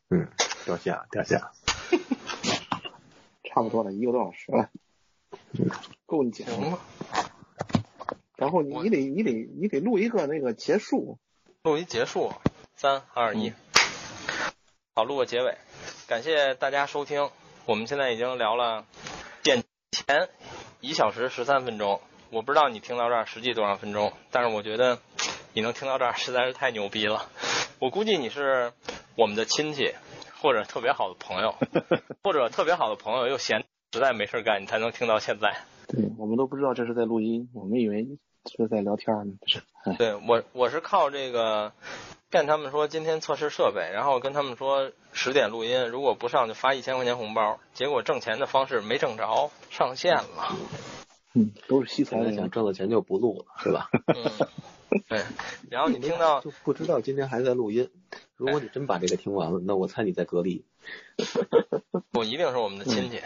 Speaker 3: 嗯，掉线掉线。啊
Speaker 2: 差不多了一个多小时了，够你讲
Speaker 1: 行
Speaker 2: 了。
Speaker 1: 吗？
Speaker 2: 然后你
Speaker 1: 我
Speaker 2: 你得你得你得录一个那个结束，
Speaker 1: 录一结束，三二一，好，录个结尾。感谢大家收听，我们现在已经聊了点前一小时十三分钟，我不知道你听到这儿实际多少分钟，但是我觉得你能听到这儿实在是太牛逼了。我估计你是我们的亲戚，或者特别好的朋友，或者特别好的朋友又闲实在没事儿干，你才能听到现在。嗯
Speaker 2: 对我们都不知道这是在录音，我们以为是在聊天呢，不是。哎
Speaker 1: 对我，我是靠这个骗他们说今天测试设备，然后跟他们说十点录音，如果不上就发一千块钱红包。结果挣钱的方式没挣着，上线了。
Speaker 2: 嗯，都是西财
Speaker 3: 现在
Speaker 2: 人
Speaker 3: 想。挣了钱就不录了，是吧？
Speaker 1: 嗯，对。然后你听到，
Speaker 3: 就不知道今天还在录音。如果你真把这个听完了，那我猜你在隔离。
Speaker 1: 我一定是我们的亲戚。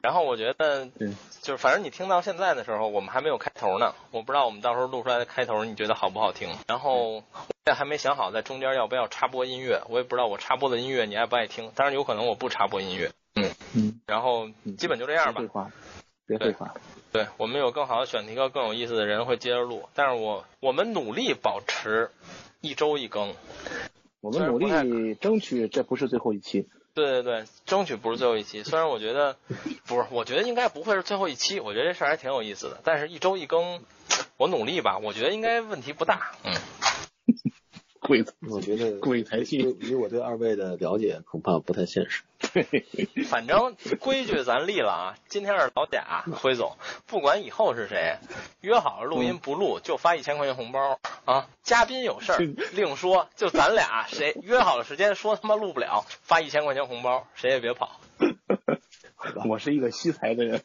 Speaker 1: 然后我觉得
Speaker 2: 嗯，
Speaker 1: 就是反正你听到现在的时候，我们还没有开头呢。我不知道我们到时候录出来的开头你觉得好不好听。然后我也还没想好在中间要不要插播音乐，我也不知道我插播的音乐你爱不爱听。当然有可能我不插播音乐，
Speaker 2: 嗯，
Speaker 1: 然后基本就这样吧
Speaker 2: 别废。话，别废话。
Speaker 1: 对我们有更好的选题课，更有意思的人会接着录，但是我我们努力保持一周一更。
Speaker 2: 我们努力争取，这不是最后一 期。
Speaker 1: 对对对，争取不是最后一期。虽然我觉 得不是，我觉得应该不会是最后一期。我觉得这事儿还挺有意思的。但是一周一更，我努力吧，我觉得应该问题不大。嗯，
Speaker 2: 鬼子
Speaker 3: 我觉 得
Speaker 2: 鬼才
Speaker 3: 以
Speaker 2: 气，
Speaker 3: 以我对二位的了解，恐怕不太现实。
Speaker 1: 反正规矩咱立了啊。今天是老贾辉总，不管以后是谁，约好了录音不录就发一千块钱红包啊。嘉宾有事儿另说，就咱俩谁约好了时间说他妈录不了，发一千块钱红包，谁也别跑。
Speaker 2: 我是一个惜才 的人，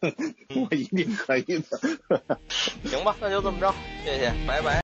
Speaker 2: 我一定可以的。
Speaker 1: 行吧，那就这么着，谢谢，拜拜。